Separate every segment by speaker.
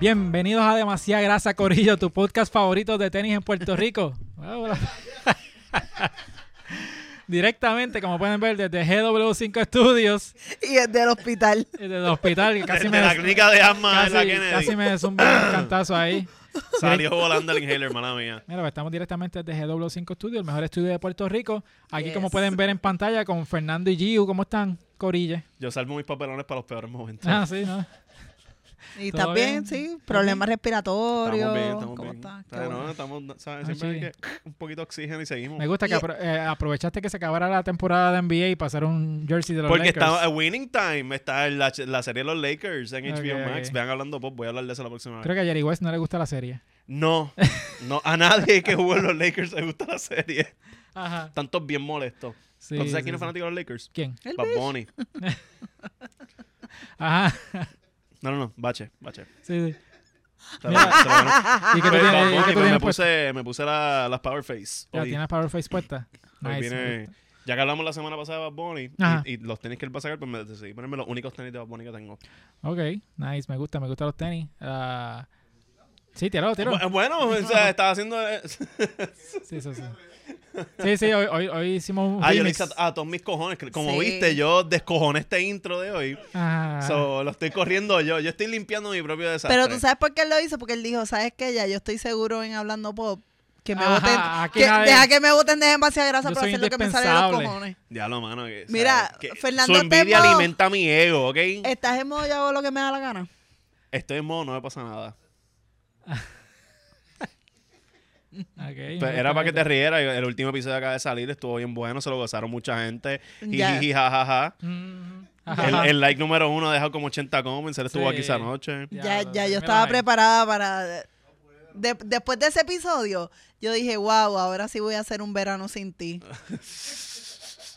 Speaker 1: Bienvenidos a Demasiada Grasa Corillo, tu podcast favorito de tenis en Puerto Rico. Directamente, como pueden ver, desde GW5 Studios,
Speaker 2: Y es del hospital.
Speaker 1: desde el hospital, que casi
Speaker 3: de,
Speaker 1: me
Speaker 3: de la
Speaker 1: des-
Speaker 3: clínica de asma en la
Speaker 1: casi,
Speaker 3: Kennedy.
Speaker 1: casi me zumbó un cantazo ahí.
Speaker 3: Salió volando el inhaler, hermana mía.
Speaker 1: Mira, pues, estamos directamente desde GW5 Studios, el mejor estudio de Puerto Rico. Aquí, como
Speaker 2: Yes.
Speaker 1: pueden ver en pantalla, con Fernando y Giu, ¿cómo están? Corille.
Speaker 3: Yo salvo mis papelones para los peores momentos.
Speaker 1: Ah, sí, ¿no?
Speaker 2: Y
Speaker 1: ¿Todo
Speaker 2: estás bien,
Speaker 1: bien?
Speaker 2: sí. Problemas respiratorios.
Speaker 3: Estamos bien, estamos
Speaker 2: ¿Cómo
Speaker 3: bien.
Speaker 2: estás? Qué
Speaker 3: Está bien,
Speaker 2: bueno.
Speaker 3: no, estamos, ¿sabes?
Speaker 1: Ah,
Speaker 3: Siempre
Speaker 1: sí.
Speaker 3: hay que un poquito de oxígeno y seguimos.
Speaker 1: Me gusta que
Speaker 2: Y-
Speaker 1: apro- eh, aprovechaste que se acabara la temporada de NBA y pasar un jersey de los
Speaker 3: Porque
Speaker 1: Lakers.
Speaker 3: está a winning time, está en la, la serie de los Lakers en
Speaker 1: Ok,
Speaker 3: HBO Max.
Speaker 1: ok.
Speaker 3: Vean hablando pop, voy a hablar de eso la próxima vez.
Speaker 1: Creo que a Jerry West no le gusta la serie.
Speaker 3: No, no, a nadie que jugó en los Lakers le gusta la serie.
Speaker 1: Ajá.
Speaker 3: Están todos bien molestos.
Speaker 1: Sí,
Speaker 3: ¿Entonces
Speaker 1: sí,
Speaker 3: quién es
Speaker 1: sí.
Speaker 3: fanático de los Lakers?
Speaker 1: ¿Quién?
Speaker 2: El
Speaker 3: Bad
Speaker 2: bicho.
Speaker 3: Bunny.
Speaker 1: Ajá.
Speaker 3: No, no, no, bache, bache.
Speaker 1: Sí, sí.
Speaker 3: Está
Speaker 1: Mira.
Speaker 3: bien, está bien.
Speaker 1: ¿Y qué tú
Speaker 3: Pues,
Speaker 1: tienes?
Speaker 3: Bad
Speaker 1: ¿Y qué
Speaker 3: Bunny,
Speaker 1: tú
Speaker 3: pues, me
Speaker 1: tienes puesto?
Speaker 3: puse, me puse la- las Power Face.
Speaker 1: Ya
Speaker 3: hoy.
Speaker 1: tienes Power Face puesta.
Speaker 3: Hoy
Speaker 1: Nice,
Speaker 3: viene-
Speaker 1: me gusta.
Speaker 3: ya que hablamos la semana pasada de Bad Bunny
Speaker 1: Ajá.
Speaker 3: y, y los tenis que él va a sacar, pues me decidí ponerme los únicos tenis de Bad Bunny que tengo.
Speaker 1: Ok, nice, me gusta, me gustan los tenis. Ah, sí, tíralo, tíralo.
Speaker 3: Bu- Bueno, o sea, estaba haciendo. eh,
Speaker 1: Sí, sí, sí. Sí, sí, hoy, hoy, hoy hicimos un
Speaker 3: Ah, yo le
Speaker 1: remix.
Speaker 3: hice a, a todos mis cojones. que Como
Speaker 2: Sí.
Speaker 3: viste, yo descojoné este intro de hoy.
Speaker 1: Ah,
Speaker 3: So, lo estoy corriendo yo. Yo estoy limpiando mi propio desastre.
Speaker 2: Pero tú sabes por qué él lo hizo, porque él dijo, ¿sabes qué? Ya yo estoy seguro en Hablando Pop que me
Speaker 1: Ajá,
Speaker 2: voten.
Speaker 1: aquí
Speaker 2: que-
Speaker 1: nadie-
Speaker 2: deja que me voten de demasiada grasa
Speaker 1: Yo
Speaker 2: por
Speaker 1: soy
Speaker 2: hacer lo que me sale de los
Speaker 1: indispensable.
Speaker 2: cojones.
Speaker 3: Ya lo mano. que, o sea,
Speaker 2: Mira,
Speaker 3: que
Speaker 2: Fernando Eh,
Speaker 3: Su envidia
Speaker 2: Temo-
Speaker 3: alimenta mi ego, ¿ok?
Speaker 2: ¿Estás en modo ya hago lo que me da la gana?
Speaker 3: Estoy en modo, no me pasa nada.
Speaker 1: ok, me
Speaker 3: Pero
Speaker 1: gusta,
Speaker 3: pues, era
Speaker 1: me
Speaker 3: para que te
Speaker 1: gusta.
Speaker 3: rieras. El último episodio que acaba de salir estuvo bien bueno, se lo gozaron mucha gente. Y
Speaker 2: Ya.
Speaker 3: jajaja.
Speaker 1: Mm,
Speaker 3: El,
Speaker 1: ajá.
Speaker 3: el like número uno ha dejado como 80 comments. Él estuvo
Speaker 1: Sí.
Speaker 3: aquí esa noche.
Speaker 1: Ya,
Speaker 2: Ya,
Speaker 1: lo-
Speaker 2: ya
Speaker 1: me
Speaker 2: yo
Speaker 1: la
Speaker 2: estaba
Speaker 1: baño.
Speaker 2: preparada para... de- después de ese episodio, yo dije, wow, ahora sí voy a hacer un verano sin ti.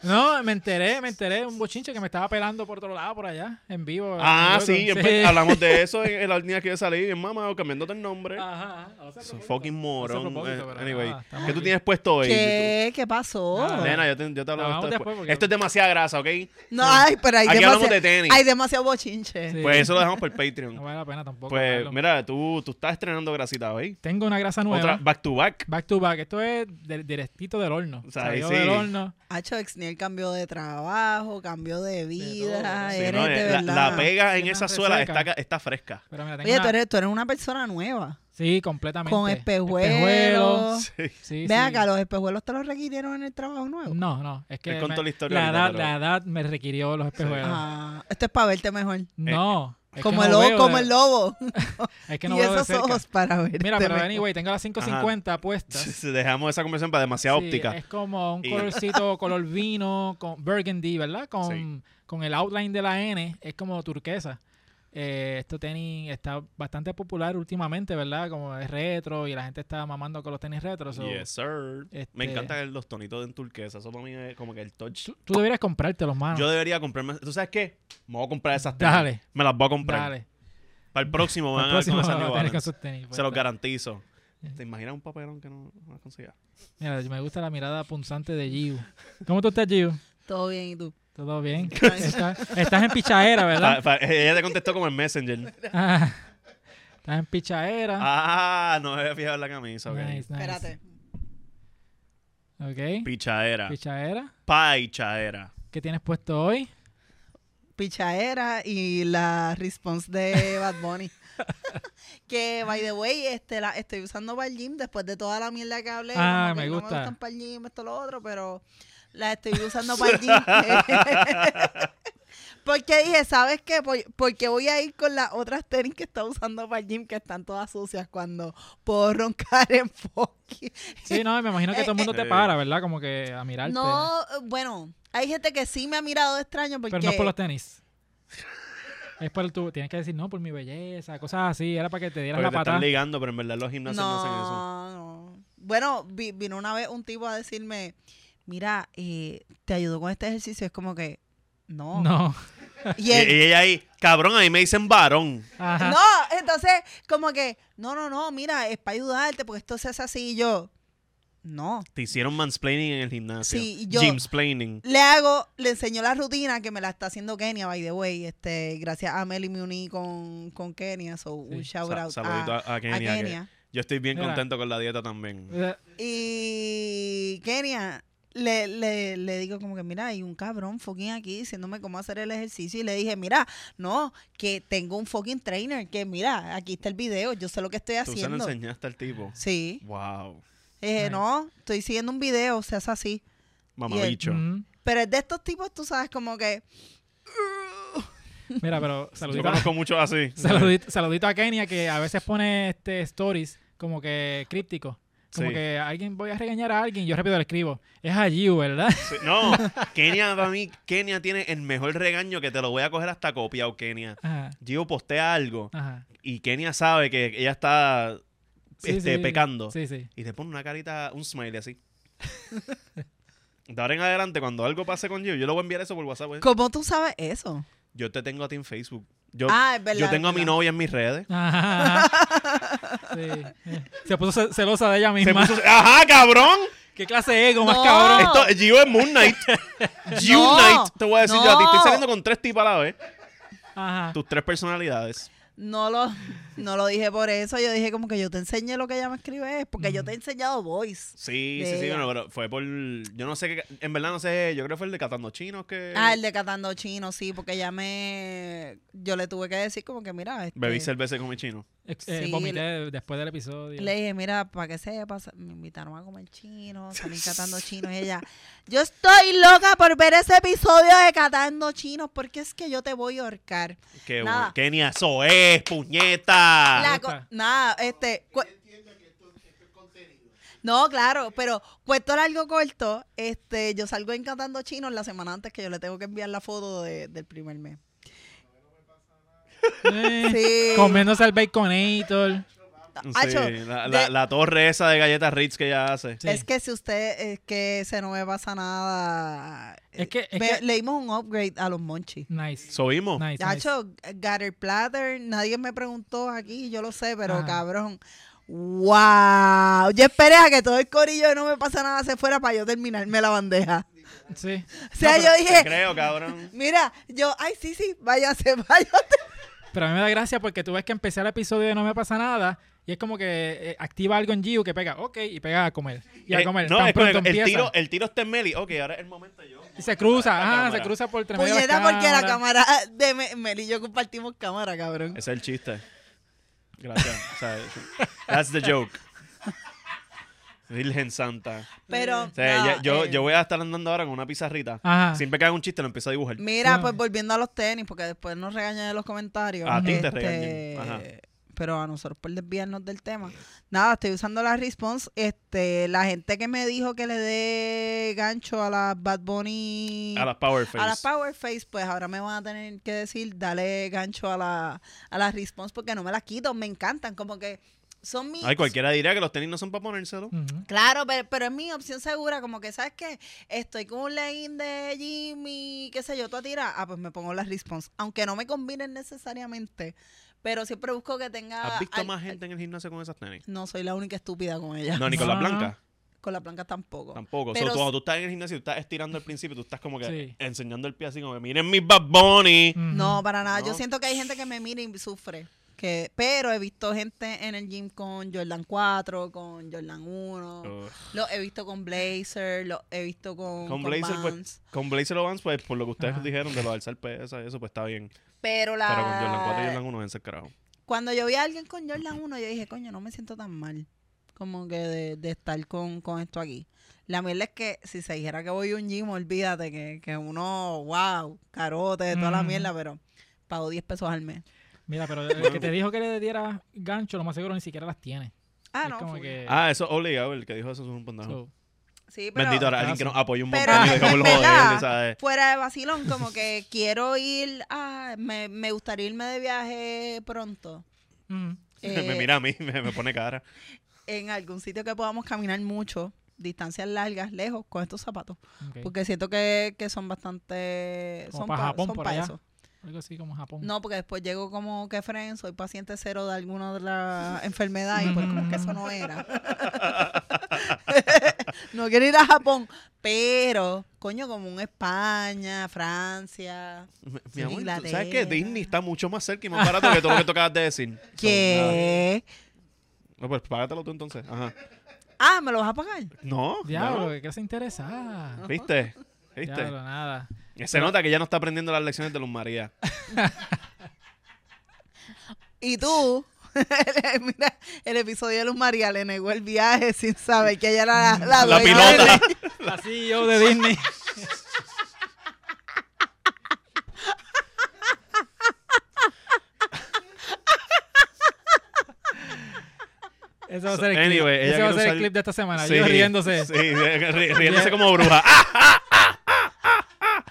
Speaker 1: No, me enteré, me enteré. Un bochinche que me estaba pelando por otro lado, por allá, en vivo.
Speaker 3: Ah,
Speaker 1: en
Speaker 3: sí,
Speaker 1: vivo.
Speaker 3: empe- hablamos de eso en, en la línea que iba a salir. En mamá, cambiándote el nombre.
Speaker 1: Ajá, ajá. O sea,
Speaker 3: Es un fucking
Speaker 1: Eso
Speaker 3: morón.
Speaker 1: Ah, a propósito,
Speaker 3: Eh,
Speaker 1: pero
Speaker 3: anyway,
Speaker 1: nada, estamos
Speaker 3: ¿qué tú
Speaker 1: aquí.
Speaker 3: tienes puesto hoy?
Speaker 2: ¿Qué? ¿Qué pasó?
Speaker 1: Nada.
Speaker 3: Nena, yo te, yo te hablo de
Speaker 1: Hablamos
Speaker 3: esto
Speaker 1: después,
Speaker 3: después. pues,
Speaker 1: porque
Speaker 3: Esto
Speaker 1: yo-
Speaker 3: es demasiada grasa, ¿ok?
Speaker 2: No, ay, pero hay
Speaker 3: Aquí hablamos
Speaker 2: demasiado,
Speaker 3: de tenis.
Speaker 2: hay demasiado bochinche.
Speaker 1: Sí.
Speaker 3: Pues eso lo dejamos por el Patreon.
Speaker 1: No vale la pena tampoco.
Speaker 3: pues
Speaker 1: hablarlo.
Speaker 3: mira, tú, tú estás estrenando grasita hoy.
Speaker 1: Tengo una grasa nueva.
Speaker 3: Otra, back to back.
Speaker 1: Back to back. Esto es de- directito del horno.
Speaker 3: O sea,
Speaker 1: Salió
Speaker 3: ahí sí.
Speaker 1: del horno.
Speaker 2: Hacho Exniel cambió de trabajo, cambió de vida,
Speaker 1: todo,
Speaker 3: Sí,
Speaker 2: eres
Speaker 3: ¿no? Eh,
Speaker 2: de
Speaker 3: la,
Speaker 2: verdad.
Speaker 3: la pega en
Speaker 1: Tiene
Speaker 3: esa
Speaker 1: una
Speaker 3: suela
Speaker 1: reseca.
Speaker 3: está, ca- está fresca.
Speaker 1: Pero mira, tengo
Speaker 2: Oye,
Speaker 1: una-
Speaker 2: tú eres, tú eres una persona nueva,
Speaker 1: Sí, completamente.
Speaker 2: con espejuelos.
Speaker 1: Espejuelos.
Speaker 3: Sí.
Speaker 1: Sí,
Speaker 2: Ven
Speaker 1: sí.
Speaker 2: acá, ¿los espejuelos te los requirieron en el trabajo nuevo?
Speaker 1: No, no. Es que
Speaker 3: Él contó
Speaker 1: me-
Speaker 3: la historia ahorita,
Speaker 1: edad,
Speaker 3: pero-
Speaker 1: la edad me requirió los espejuelos.
Speaker 2: Ah, esto es para verte mejor.
Speaker 1: No.
Speaker 3: Eh,
Speaker 1: es que
Speaker 2: como
Speaker 1: no
Speaker 2: el lobo,
Speaker 1: veo
Speaker 2: como
Speaker 1: de-
Speaker 2: el lobo.
Speaker 1: Es que no
Speaker 2: y
Speaker 1: veo de
Speaker 2: esos
Speaker 1: cerca.
Speaker 2: ojos Este para verte
Speaker 1: Mira, pero
Speaker 2: mejor.
Speaker 1: anyway, tengo las 5.50 puestas.
Speaker 3: Dejamos esa conversación para demasiada
Speaker 1: Sí,
Speaker 3: óptica.
Speaker 1: Es como un
Speaker 3: Y-
Speaker 1: colorcito color vino, con burgundy, ¿verdad? Con,
Speaker 3: Sí.
Speaker 1: con el outline de la N, es como turquesa. Eh, este tenis está bastante popular últimamente, ¿verdad? Como es retro y la gente está mamando con los tenis retro. so-
Speaker 3: Yes, sir.
Speaker 1: Este-
Speaker 3: Me encantan los tonitos en turquesa. Eso para mí es como que el touch.
Speaker 1: Tú, tú deberías comprártelos, mano.
Speaker 3: Yo debería comprarme. ¿Tú sabes qué? Me voy a comprar esas tenis.
Speaker 1: Ah. Dale.
Speaker 3: Me las voy a comprar.
Speaker 1: Dale.
Speaker 3: Para el próximo
Speaker 1: Para el
Speaker 3: van a ver
Speaker 1: próximo
Speaker 3: cómo
Speaker 1: vas
Speaker 3: salió
Speaker 1: a tener que
Speaker 3: Balance.
Speaker 1: hacer Eh. tenis. pues,
Speaker 3: Se los
Speaker 1: está.
Speaker 3: garantizo. ¿Te imaginas un papelón que no no consigas?
Speaker 1: Mira, me gusta la mirada punzante de Giu. ¿Cómo tú estás, Giu?
Speaker 2: Todo bien, ¿y tú?
Speaker 1: ¿Todo bien? Estás- estás en pichadera, ¿verdad?
Speaker 3: Ah, Pa- pa- Ella te contestó como en Messenger.
Speaker 1: Ah, estás en pichadera.
Speaker 3: Ah, no me había fijado en la camisa. ok.
Speaker 1: Nice, nice.
Speaker 2: Espérate.
Speaker 1: Ok.
Speaker 3: Pichadera.
Speaker 1: Pichadera.
Speaker 3: Paichadera.
Speaker 1: ¿Qué tienes puesto hoy?
Speaker 2: Pichaera y la response de Bad Bunny. que, by the way, este, la estoy usando para el gym después de toda la mierda que hablé.
Speaker 1: Ah,
Speaker 2: como que
Speaker 1: me
Speaker 2: no
Speaker 1: gusta.
Speaker 2: me gustan para el gym, esto, lo otro, pero la estoy usando para el gym. Porque dije, ¿sabes qué? Por- Porque voy a ir con las otras tenis que está usando para el gym que están todas sucias cuando puedo roncar en fucking.
Speaker 1: Sí, no, me imagino que
Speaker 2: Eh,
Speaker 1: todo el mundo te
Speaker 3: eh.
Speaker 1: para, ¿verdad? Como que a mirarte.
Speaker 2: No, bueno, hay gente que sí me ha mirado extraño porque...
Speaker 1: Pero no es por los tenis. Es por tu, tienes que decir no por mi belleza, cosas así, era para que te dieras
Speaker 3: Porque te
Speaker 1: la patada.
Speaker 3: están ligando, pero en verdad los gimnasios no, hacen eso.
Speaker 2: no. Bueno, vi- vino una vez un tipo a decirme, mira, eh, te ayudo con este ejercicio. Es como que, no.
Speaker 1: No.
Speaker 2: Y
Speaker 3: Y,
Speaker 2: él,
Speaker 3: y ella ahí, cabrón, ahí me dicen varón.
Speaker 1: Ajá.
Speaker 2: no, entonces, como que, no, no, no, mira, es para ayudarte porque esto se hace así. Y yo, No.
Speaker 3: Te hicieron mansplaining en el gimnasio.
Speaker 2: Sí, yo-
Speaker 3: Gymsplaining.
Speaker 2: Le hago, le enseño la rutina que me la está haciendo Kenia, by the way. Este, gracias a Meli me uní con, con Kenia, so un
Speaker 1: Sí.
Speaker 2: shout
Speaker 3: Sa-
Speaker 2: out
Speaker 3: saludito
Speaker 2: a,
Speaker 3: a, a
Speaker 2: a
Speaker 3: Kenia. que
Speaker 2: Kenia.
Speaker 3: yo estoy bien
Speaker 1: Mira.
Speaker 3: contento con la dieta también.
Speaker 1: Eh,
Speaker 2: Y Kenia, le, le, le digo como que, mira, hay un cabrón fucking aquí diciéndome cómo hacer el ejercicio. Y le dije, mira, no, que tengo un fucking trainer, que mira, aquí está el video, yo sé lo que estoy
Speaker 3: Tú se lo
Speaker 2: haciendo.
Speaker 3: enseñaste al tipo.
Speaker 2: Sí.
Speaker 3: Wow.
Speaker 2: Le dije,
Speaker 1: Nice.
Speaker 2: no, estoy siguiendo un video, se hace así.
Speaker 3: Mamabicho.
Speaker 1: mm.
Speaker 2: Pero es de estos tipos, tú sabes, como que...
Speaker 1: Mira, pero
Speaker 3: Yo
Speaker 1: saludito, a-
Speaker 3: conozco muchos así.
Speaker 1: saludito, saludito a Kenia que a veces pone este stories como que crípticos. Como
Speaker 3: Sí.
Speaker 1: que alguien voy a regañar a alguien, yo rápido le escribo. Es allí, ¿verdad?
Speaker 3: Sí, No, Kenia para mí, Kenia tiene el mejor regaño que te lo voy a coger hasta copiado, Kenia.
Speaker 1: Ajá.
Speaker 3: Gio postea algo
Speaker 1: Ajá.
Speaker 3: y Kenia sabe que ella está
Speaker 1: Sí,
Speaker 3: este,
Speaker 1: sí,
Speaker 3: pecando.
Speaker 1: Sí, sí.
Speaker 3: Y te pone una carita, un smiley así. De ahora en adelante, cuando algo pase con Gio, yo le voy a enviar eso por WhatsApp. ¿eh?
Speaker 2: ¿Cómo tú sabes eso?
Speaker 3: Yo te tengo a ti en Facebook. Yo,
Speaker 2: ah, es verdad.
Speaker 3: yo tengo
Speaker 2: es
Speaker 3: a mi
Speaker 2: verdad.
Speaker 3: novia en mis redes.
Speaker 1: Ajá, ajá. Sí. Se puso ce- celosa de ella
Speaker 3: Se
Speaker 1: misma.
Speaker 3: puso- Eh, ¡Ajá, cabrón!
Speaker 1: ¿Qué clase de ego más
Speaker 2: No.
Speaker 1: cabrón?
Speaker 3: Esto, Gio es Moon Knight. Gio
Speaker 2: No,
Speaker 3: Knight, te voy a decir yo a ti. Estoy
Speaker 2: no.
Speaker 3: saliendo con tres tipos a la vez.
Speaker 1: Ajá.
Speaker 3: Tus tres personalidades.
Speaker 2: No lo, no lo dije por eso, yo dije como que yo te enseñé lo que ella me escribe, es porque yo
Speaker 1: Mm.
Speaker 2: te he enseñado voice.
Speaker 3: Sí,
Speaker 2: De
Speaker 3: sí, sí,
Speaker 2: ella.
Speaker 3: bueno, pero fue por. Yo no sé qué. En verdad no sé. Yo creo que fue el de Catando Chinos que.
Speaker 2: Ah, el de Catando Chino, sí, porque ya me... Yo le tuve que decir como que, mira, este,
Speaker 3: Bebí cerveza con mi chino.
Speaker 1: Ex- eh,
Speaker 2: Sí,
Speaker 1: vomité después del episodio.
Speaker 2: le dije, mira, para que sepas, me invitaron a comer chino, salí catando chinos y ella, yo estoy loca por ver ese episodio de Catando Chinos porque es que yo te voy a ahorcar.
Speaker 3: Qué
Speaker 2: Nada.
Speaker 3: bueno. Kenia, eso es, puñeta.
Speaker 2: La
Speaker 1: ahí
Speaker 2: co-
Speaker 1: está.
Speaker 2: nada, este. cu- No, claro, pero cuento largo corto, este, yo salgo encantando chinos la semana antes que yo le tengo que enviar la foto de- del primer mes.
Speaker 1: Eh,
Speaker 2: Sí.
Speaker 1: Comiéndose el baconator.
Speaker 3: Sí,
Speaker 2: Acho,
Speaker 3: la, la-
Speaker 2: de-
Speaker 3: la torre esa de galletas Ritz que ella hace.
Speaker 1: Sí.
Speaker 2: Es que si usted, es que se no me pasa nada.
Speaker 1: Es que- es
Speaker 2: Ve-
Speaker 1: que-
Speaker 2: Le dimos un upgrade a los monchis.
Speaker 1: Nice.
Speaker 3: Subimos.
Speaker 1: Nice.
Speaker 2: De
Speaker 1: nice.
Speaker 2: hecho, Gutter Platter, nadie me preguntó aquí, yo lo sé, pero
Speaker 1: Ajá.
Speaker 2: cabrón. ¡Wow! Yo esperé a que todo el corillo de no me pasa nada se fuera para yo terminarme la bandeja.
Speaker 1: Sí.
Speaker 2: O sea,
Speaker 1: No,
Speaker 2: yo
Speaker 3: Te
Speaker 2: dije,
Speaker 3: creo, cabrón.
Speaker 2: mira, yo, ay, sí, sí, váyase, váyase.
Speaker 1: Pero a mí me da gracia porque tú ves que empecé el episodio de No me pasa nada y es como que eh, activa algo en Gio que pega, ok, y pega a comer. Y a
Speaker 3: Eh,
Speaker 1: comer.
Speaker 3: no,
Speaker 1: Tan
Speaker 3: es como
Speaker 1: pronto
Speaker 3: el- el,
Speaker 1: empieza.
Speaker 3: tiro, el tiro está en Meli. Ok, ahora es el momento yo.
Speaker 1: Y se cruza,
Speaker 3: La
Speaker 1: ah, se
Speaker 3: cámara.
Speaker 1: cruza por tremendo.
Speaker 2: Puñeta, porque la cámara de Me- Mel y yo compartimos cámara, cabrón.
Speaker 3: Ese es el chiste. Gracias. O sea, that's the joke. Virgen Santa.
Speaker 2: Pero,
Speaker 3: O sea,
Speaker 2: nada,
Speaker 3: ya- yo,
Speaker 2: eh,
Speaker 3: yo voy a estar andando ahora con una pizarrita.
Speaker 1: Ajá.
Speaker 3: Siempre que haga un chiste lo empiezo a dibujar.
Speaker 2: mira,
Speaker 1: No.
Speaker 2: pues volviendo a los tenis, porque después nos regañan en los comentarios.
Speaker 3: Ah. A ti te
Speaker 2: este,
Speaker 3: regañan, ajá.
Speaker 2: Pero a nosotros por desviarnos del tema. Nada, estoy usando la response. Este, la gente que me dijo que le dé gancho a las Bad Bunny.
Speaker 3: A las Power Face.
Speaker 2: A las Power Face, pues ahora me van a tener que decir, dale gancho a la, a la Response porque no me las quito, me encantan, como que son mis...
Speaker 3: Ay, cualquiera diría que los tenis no son para ponérselo.
Speaker 1: Ujú.
Speaker 2: Claro, pero, pero es mi opción segura, como que, ¿sabes qué? Estoy con un legging de Jimmy, qué sé yo, tú a tirar, ah, pues me pongo las Response, aunque no me combinen necesariamente, pero siempre busco que tenga...
Speaker 3: ¿Has visto
Speaker 2: al-
Speaker 3: más gente en el gimnasio con esas tenis?
Speaker 2: No, soy la única estúpida con ella.
Speaker 3: No, ni con las
Speaker 1: No.
Speaker 3: blancas.
Speaker 2: Con la blanca tampoco.
Speaker 3: Tampoco. O sea,
Speaker 2: Pero
Speaker 3: tú- cuando tú estás en el gimnasio, tú estás estirando al principio, tú estás como que
Speaker 1: Sí.
Speaker 3: enseñando el pie así como que miren mis Bad Bunny.
Speaker 1: Ujú.
Speaker 2: No, para nada. Yo
Speaker 3: No.
Speaker 2: siento que hay gente que me mira y sufre. Que, pero he visto gente en el gym con Jordan 4, con Jordan 1.
Speaker 3: Ugh.
Speaker 2: Lo he visto con Blazer, lo he visto con,
Speaker 3: Con
Speaker 2: con,
Speaker 3: Blazer, pues,
Speaker 2: Vans.
Speaker 3: Con Blazer Vans, pues por lo que ustedes
Speaker 1: Ajá.
Speaker 3: dijeron de lo de alzar pesas y eso, pues está bien.
Speaker 2: Pero la
Speaker 3: Pero con Jordan 4 y Jordan 1 ven el carajo.
Speaker 2: cuando yo vi a alguien con Jordan 1, yo dije, coño, no me siento tan mal. Como que de, de estar con, con esto aquí. La mierda es que si se dijera que voy a un gym, olvídate que, que uno, wow, carote, toda la
Speaker 1: Ujú.
Speaker 2: mierda, pero pago 10 pesos al mes.
Speaker 1: Mira, pero el que te dijo que le diera gancho, lo más seguro ni siquiera las tiene.
Speaker 2: Ah,
Speaker 1: Es
Speaker 2: no.
Speaker 1: como
Speaker 2: full.
Speaker 1: que-
Speaker 3: Ah, eso es obligado, el que dijo eso es un pendejo.
Speaker 1: Eh, so,
Speaker 2: Sí, pero...
Speaker 3: Bendito, ahora alguien que
Speaker 1: Gracias.
Speaker 3: nos apoya un
Speaker 2: Pero,
Speaker 3: montón y dejamos
Speaker 2: en
Speaker 3: joder,
Speaker 2: verdad,
Speaker 3: ¿sabes?
Speaker 2: fuera de vacilón, como que quiero ir a... Me, me gustaría irme de viaje pronto.
Speaker 1: ujú.
Speaker 2: eh,
Speaker 3: me mira a mí, me, me pone cara.
Speaker 2: En algún sitio que podamos caminar mucho, distancias largas, lejos, con estos zapatos.
Speaker 1: Ok.
Speaker 2: Porque siento que, que son bastante...
Speaker 1: Como
Speaker 2: son
Speaker 1: pa'
Speaker 2: pa-
Speaker 1: Japón,
Speaker 2: son
Speaker 1: por
Speaker 2: pa'
Speaker 1: allá.
Speaker 2: eso.
Speaker 1: Algo así como Japón.
Speaker 2: No, porque después llego como que fren, soy paciente cero de alguna de las enfermedades y pues como que eso no era. no quiero ir a Japón, pero coño, como un España, Francia.
Speaker 3: Mi
Speaker 2: Sí,
Speaker 3: amor, ¿tú ¿sabes
Speaker 2: Inglaterra.
Speaker 3: que Disney está mucho más cerca y más barato que todo lo que tú acabas de decir?
Speaker 2: ¿Qué?
Speaker 3: No, pues págatelo tú entonces. Ajá.
Speaker 2: Ah, ¿me lo vas a pagar?
Speaker 3: No.
Speaker 1: Diablo,
Speaker 3: no.
Speaker 1: que qué se interesa.
Speaker 3: ¿Viste? ¿Viste?
Speaker 1: Ah, Diablo, nada.
Speaker 3: Se nota que ya no está aprendiendo las lecciones de Luz María.
Speaker 2: Y tú, mira, el episodio de Luz María le negó el viaje sin saber que ella era la, la
Speaker 3: La
Speaker 2: dueña de
Speaker 3: pilota.
Speaker 1: La CEO de Disney. Ese va a ser el, clip.
Speaker 3: Anyway, ella
Speaker 1: Ese va a
Speaker 3: quiere
Speaker 1: ser el
Speaker 3: usar-
Speaker 1: clip de esta semana.
Speaker 3: Sí,
Speaker 1: Yo riéndose.
Speaker 3: Sí, ri- riéndose como bruja. ¡Ah, ah, ah, ah, ah, ah!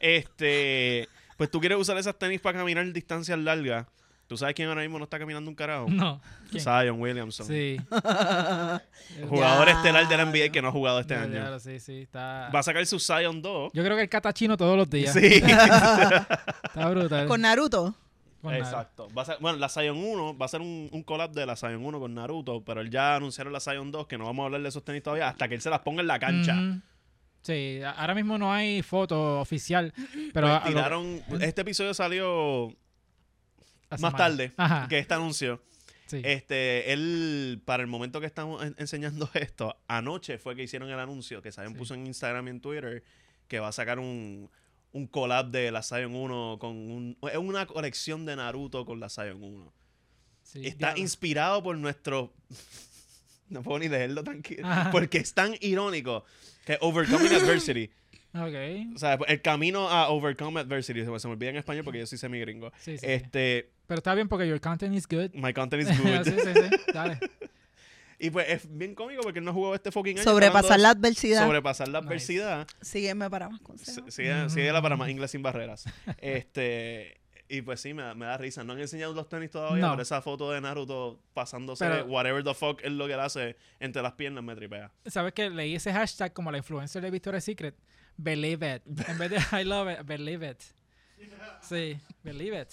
Speaker 3: Este. Pues tú quieres usar esas tenis para caminar distancias largas. ¿Tú sabes quién ahora mismo no está caminando un carajo?
Speaker 1: No. ¿Quién?
Speaker 3: Zion Williamson.
Speaker 1: Sí.
Speaker 3: Jugador
Speaker 2: Ya,
Speaker 3: estelar de la NBA que no ha jugado este
Speaker 1: Ya,
Speaker 3: año.
Speaker 1: diablo, sí, sí, está-
Speaker 3: Va a sacar su Zion 2.
Speaker 1: Yo creo que el catachino todos los días.
Speaker 3: Sí.
Speaker 1: Está brutal.
Speaker 2: Con Naruto.
Speaker 1: Con nada.
Speaker 3: Exacto. Va a ser- bueno, la Zion 1 va a ser un, un collab de la Zion 1 con Naruto, pero él ya anunciaron la Zion 2 que no vamos a hablar de esos tenis todavía hasta que él se las ponga en la cancha.
Speaker 1: Ujú. Sí, a- ahora mismo no hay foto oficial, pero a- a lo-
Speaker 3: Pues Tiraron, este episodio salió
Speaker 1: la
Speaker 3: más
Speaker 1: semana.
Speaker 3: tarde
Speaker 1: Ajá,
Speaker 3: que este anuncio.
Speaker 1: sí.
Speaker 3: Este, él, para el momento que estamos en- enseñando esto, anoche fue que hicieron el anuncio que Zion
Speaker 1: Sí.
Speaker 3: puso en Instagram y en Twitter que va a sacar un, un collab de la Zion 1 con un, es una colección de Naruto con la Zion 1.
Speaker 1: Sí,
Speaker 3: Está
Speaker 1: diablo.
Speaker 3: inspirado por nuestro. No puedo ni leerlo tranquilo.
Speaker 1: Ajá.
Speaker 3: Porque es tan irónico que Overcoming Adversity. O
Speaker 1: Ok,
Speaker 3: sea, el camino a Overcome Adversity. Se me- se me olvida en español porque yo sí sé mi gringo.
Speaker 1: sí, sí, sí.
Speaker 3: Este,
Speaker 1: Pero está bien porque your content is good.
Speaker 3: my content is good.
Speaker 1: sí, sí, sí, dale.
Speaker 3: Y pues es bien cómico porque él no jugó este fucking año.
Speaker 2: Sobrepasar la
Speaker 3: hablando de
Speaker 2: adversidad.
Speaker 3: Sobrepasar la
Speaker 1: Nice.
Speaker 3: adversidad.
Speaker 2: Sígueme para más consejos.
Speaker 3: Sí, Sigue,
Speaker 1: Mm.
Speaker 3: sigue la para más inglés sin barreras. Este. Y pues sí, me da, me da risa. No han enseñado los tenis todavía,
Speaker 1: No.
Speaker 3: pero esa foto de Naruto pasándose
Speaker 1: Pero-
Speaker 3: whatever the fuck es lo que él hace entre las piernas me tripea.
Speaker 1: ¿Sabes que Leí ese hashtag como la influencer de Victoria's Secret. Believe it. En vez de I love it, believe it. Sí, believe it.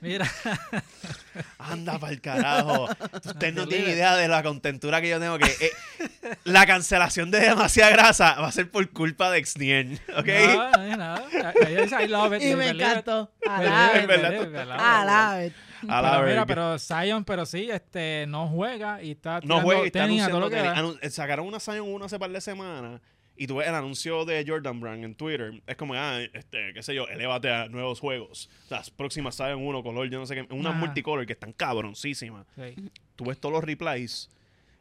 Speaker 1: Mira,
Speaker 3: Anda pa'l carajo. Usted
Speaker 1: Believe
Speaker 3: no tiene
Speaker 1: it.
Speaker 3: idea de la contentura que yo tengo que. eh, la cancelación de demasiada grasa va a ser por culpa de Xnien. ¿Ok?
Speaker 1: no, no es nada. Ella dice I love it.
Speaker 2: Y me
Speaker 1: believe it,
Speaker 2: encantó. Ah,
Speaker 1: believe
Speaker 2: Alabe,
Speaker 1: it,
Speaker 3: En verdad,
Speaker 1: believe it,
Speaker 2: alabe.
Speaker 3: A la
Speaker 1: Pero mira,
Speaker 3: verga.
Speaker 1: pero Zion, pero sí, este, no juega y está
Speaker 3: No
Speaker 1: tirando
Speaker 3: juega y está
Speaker 1: tenis a todo
Speaker 3: anunciando
Speaker 1: lo que
Speaker 3: tenis.
Speaker 1: da.
Speaker 3: Anu- eh, sacaron una Zion 1 hace par de semanas y tú ves el anuncio de Jordan Brand en Twitter. Es como, ah, este, qué sé yo, elévate a nuevos juegos. Las próximas Zion 1 color, yo no sé qué. Unas
Speaker 1: Ajá.
Speaker 3: multicolor que están cabroncísimas.
Speaker 1: Sí.
Speaker 3: Tú ves todos los replays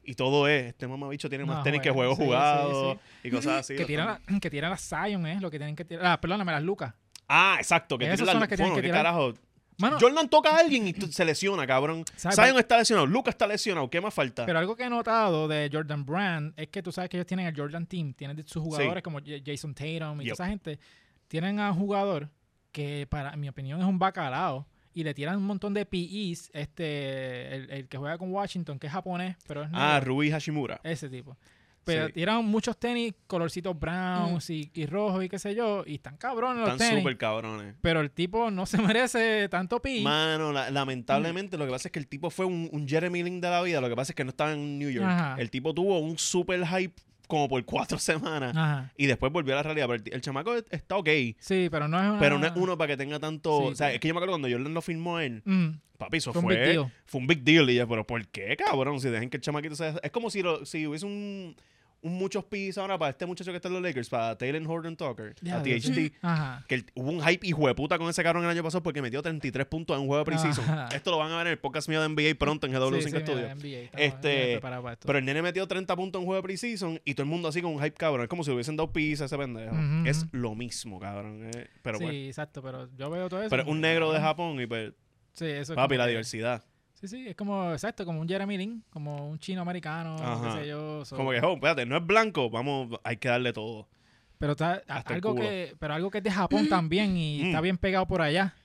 Speaker 3: y todo es, este mamabicho tiene más
Speaker 1: No
Speaker 3: tenis que
Speaker 1: juega,
Speaker 3: juegos
Speaker 1: sí, sí,
Speaker 3: jugados y cosas así.
Speaker 1: Que
Speaker 3: Lo
Speaker 1: tiran,
Speaker 3: están-
Speaker 1: la- que tiran las Zion, ¿eh? Lo que tienen que tirar. Ah, perdóname, las Lucas.
Speaker 3: Ah, exacto, que
Speaker 1: Esas
Speaker 3: tiene
Speaker 1: son
Speaker 3: la
Speaker 1: las que tienen
Speaker 3: bueno,
Speaker 1: que
Speaker 3: ¿qué
Speaker 1: tirar.
Speaker 3: carajo.
Speaker 1: Mano,
Speaker 3: Jordan toca a alguien y tú- se lesiona, cabrón.
Speaker 1: ¿Sabes?
Speaker 3: Zion está lesionado, Lucas está lesionado, ¿qué más falta?
Speaker 1: pero algo que he notado de Jordan Brand es que tú sabes que ellos tienen el Jordan Team. Tienen de sus jugadores como J- Jason Tatum y
Speaker 3: Yep.
Speaker 1: toda esa gente. Tienen a un jugador que, para en mi opinión, es un bacalao. Y le tiran un montón de PEs. Este, el, el que juega con Washington, que es japonés, pero es
Speaker 3: ah,
Speaker 1: negro.
Speaker 3: Rui Hashimura.
Speaker 1: Ese tipo. Pero
Speaker 3: Sí.
Speaker 1: tiran muchos tenis, colorcitos browns y, y rojos y qué sé yo. Y están cabrones los
Speaker 3: Están
Speaker 1: tenis.
Speaker 3: súper cabrones.
Speaker 1: Pero el tipo no se merece tanto pi.
Speaker 3: Mano, la-
Speaker 1: Mm.
Speaker 3: lamentablemente lo que pasa es que el tipo fue un, un Jeremy Lin de la vida. Lo que pasa es que no estaba en New York.
Speaker 1: Ajá.
Speaker 3: El tipo tuvo un super hype como por cuatro semanas
Speaker 1: Ajá.
Speaker 3: y después volvió a la realidad. Pero el, el chamaco es- está ok,
Speaker 1: Sí, pero no es una...
Speaker 3: pero no es uno para que tenga tanto.
Speaker 1: Ah. Sí,
Speaker 3: o sea,
Speaker 1: sí.
Speaker 3: es que yo me acuerdo cuando Jordan lo firmó a él,
Speaker 1: Mm,
Speaker 3: papi, eso
Speaker 1: fue
Speaker 3: fue,
Speaker 1: un big deal.
Speaker 3: fue un big deal. Y yo, pero ¿por qué, cabrón? Si dejen que el chamaquito sea. Es como si, lo- si hubiese un. un muchos pis ahora para este muchacho que está en los Lakers, para Taylor Horton Tucker,
Speaker 1: Ya,
Speaker 3: a
Speaker 1: Dios.
Speaker 3: THT.
Speaker 1: Ajá.
Speaker 3: Que el- hubo un hype hijo de puta con ese cabrón el año pasado porque metió 33 puntos en un juego de preseason.
Speaker 1: Ajá.
Speaker 3: Esto lo van a ver en el podcast mío de NBA pronto en GW5
Speaker 1: Sí, sí, mira,
Speaker 3: Studio.
Speaker 1: NBA, estamos
Speaker 3: Este,
Speaker 1: preparados para esto.
Speaker 3: Pero el nene metió 30 puntos en un juego de preseason y todo el mundo así con un hype cabrón. Es como si le hubiesen dado pizza a ese pendejo.
Speaker 1: Ujú,
Speaker 3: Es
Speaker 1: ujú.
Speaker 3: lo mismo, cabrón. eh. Pero
Speaker 1: sí,
Speaker 3: bueno.
Speaker 1: exacto, pero yo veo todo eso.
Speaker 3: Pero es
Speaker 1: como
Speaker 3: un
Speaker 1: que,
Speaker 3: negro de
Speaker 1: cabrón.
Speaker 3: Japón y pues,
Speaker 1: Sí, eso es
Speaker 3: papi,
Speaker 1: como
Speaker 3: la
Speaker 1: que-
Speaker 3: diversidad.
Speaker 1: Sí, sí, es como, exacto, como un Jeremy Lin, como un chino americano,
Speaker 3: Ajá.
Speaker 1: qué sé yo. so-
Speaker 3: Como que, oh, espérate, no es blanco, vamos, hay que darle todo.
Speaker 1: Pero está, a-
Speaker 3: Hasta el
Speaker 1: algo
Speaker 3: culo.
Speaker 1: que, pero algo que es de Japón también y
Speaker 3: Mm.
Speaker 1: está bien pegado por allá.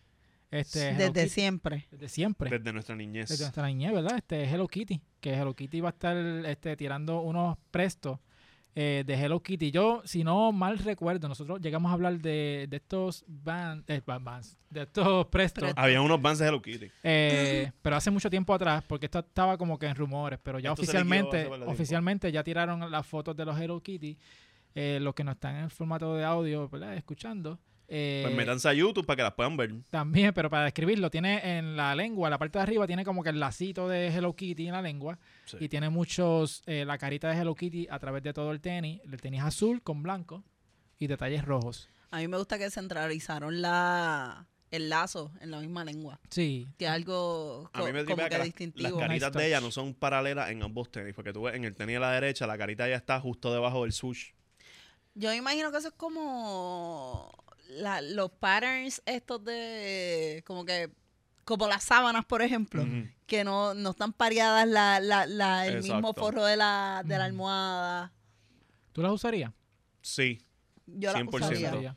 Speaker 1: Este, Hello
Speaker 2: Desde
Speaker 1: Kitty,
Speaker 2: siempre.
Speaker 1: desde siempre.
Speaker 3: Desde nuestra niñez.
Speaker 1: Desde nuestra niñez, ¿verdad? Este Hello Kitty, que Hello Kitty va a estar este, tirando unos prestos eh, de Hello Kitty. Yo, si no mal recuerdo, nosotros llegamos a hablar de, de estos van- eh, van- vans, de estos Prestos,
Speaker 2: Presto.
Speaker 3: Había unos Vans de Hello Kitty.
Speaker 1: eh, pero hace mucho tiempo atrás, porque esto estaba como que en rumores, pero ya
Speaker 3: Esto se liquidó hace
Speaker 1: oficialmente,
Speaker 3: par de tiempo.
Speaker 1: oficialmente ya tiraron las fotos de los Hello Kitty, eh, los que no están en formato de audio, ¿verdad? Escuchando. eh,
Speaker 3: Pues métanse a YouTube para que las puedan ver.
Speaker 1: También, pero para describirlo, tiene en la lengua, la parte de arriba tiene como que el lacito de Hello Kitty en la lengua
Speaker 3: Sí.
Speaker 1: y tiene muchos, eh, la carita de Hello Kitty a través de todo el tenis. El tenis azul con blanco y detalles rojos.
Speaker 2: A mí me gusta que centralizaron la el lazo en la misma lengua.
Speaker 1: Sí,
Speaker 2: Que es algo
Speaker 3: A mí
Speaker 2: co-
Speaker 3: me
Speaker 2: como
Speaker 3: tripea
Speaker 2: que
Speaker 3: que las- las,
Speaker 2: distintivo.
Speaker 1: cari-
Speaker 3: caritas
Speaker 1: Nice
Speaker 3: de ella
Speaker 1: touch.
Speaker 3: no son paralelas en ambos tenis, porque tú ves en el tenis a la derecha, la carita ya está justo debajo del sush.
Speaker 2: Yo imagino que eso es como la- los patterns estos de como que como las sábanas, por ejemplo,
Speaker 3: Ujú.
Speaker 2: que no, no están pareadas la, la, la- el mismo
Speaker 3: Exacto.
Speaker 2: forro de la, de la
Speaker 1: Mm.
Speaker 2: almohada.
Speaker 1: ¿tú las usarías?
Speaker 3: Sí.
Speaker 2: Yo la
Speaker 3: 100%.
Speaker 2: usaría.
Speaker 1: Usaría.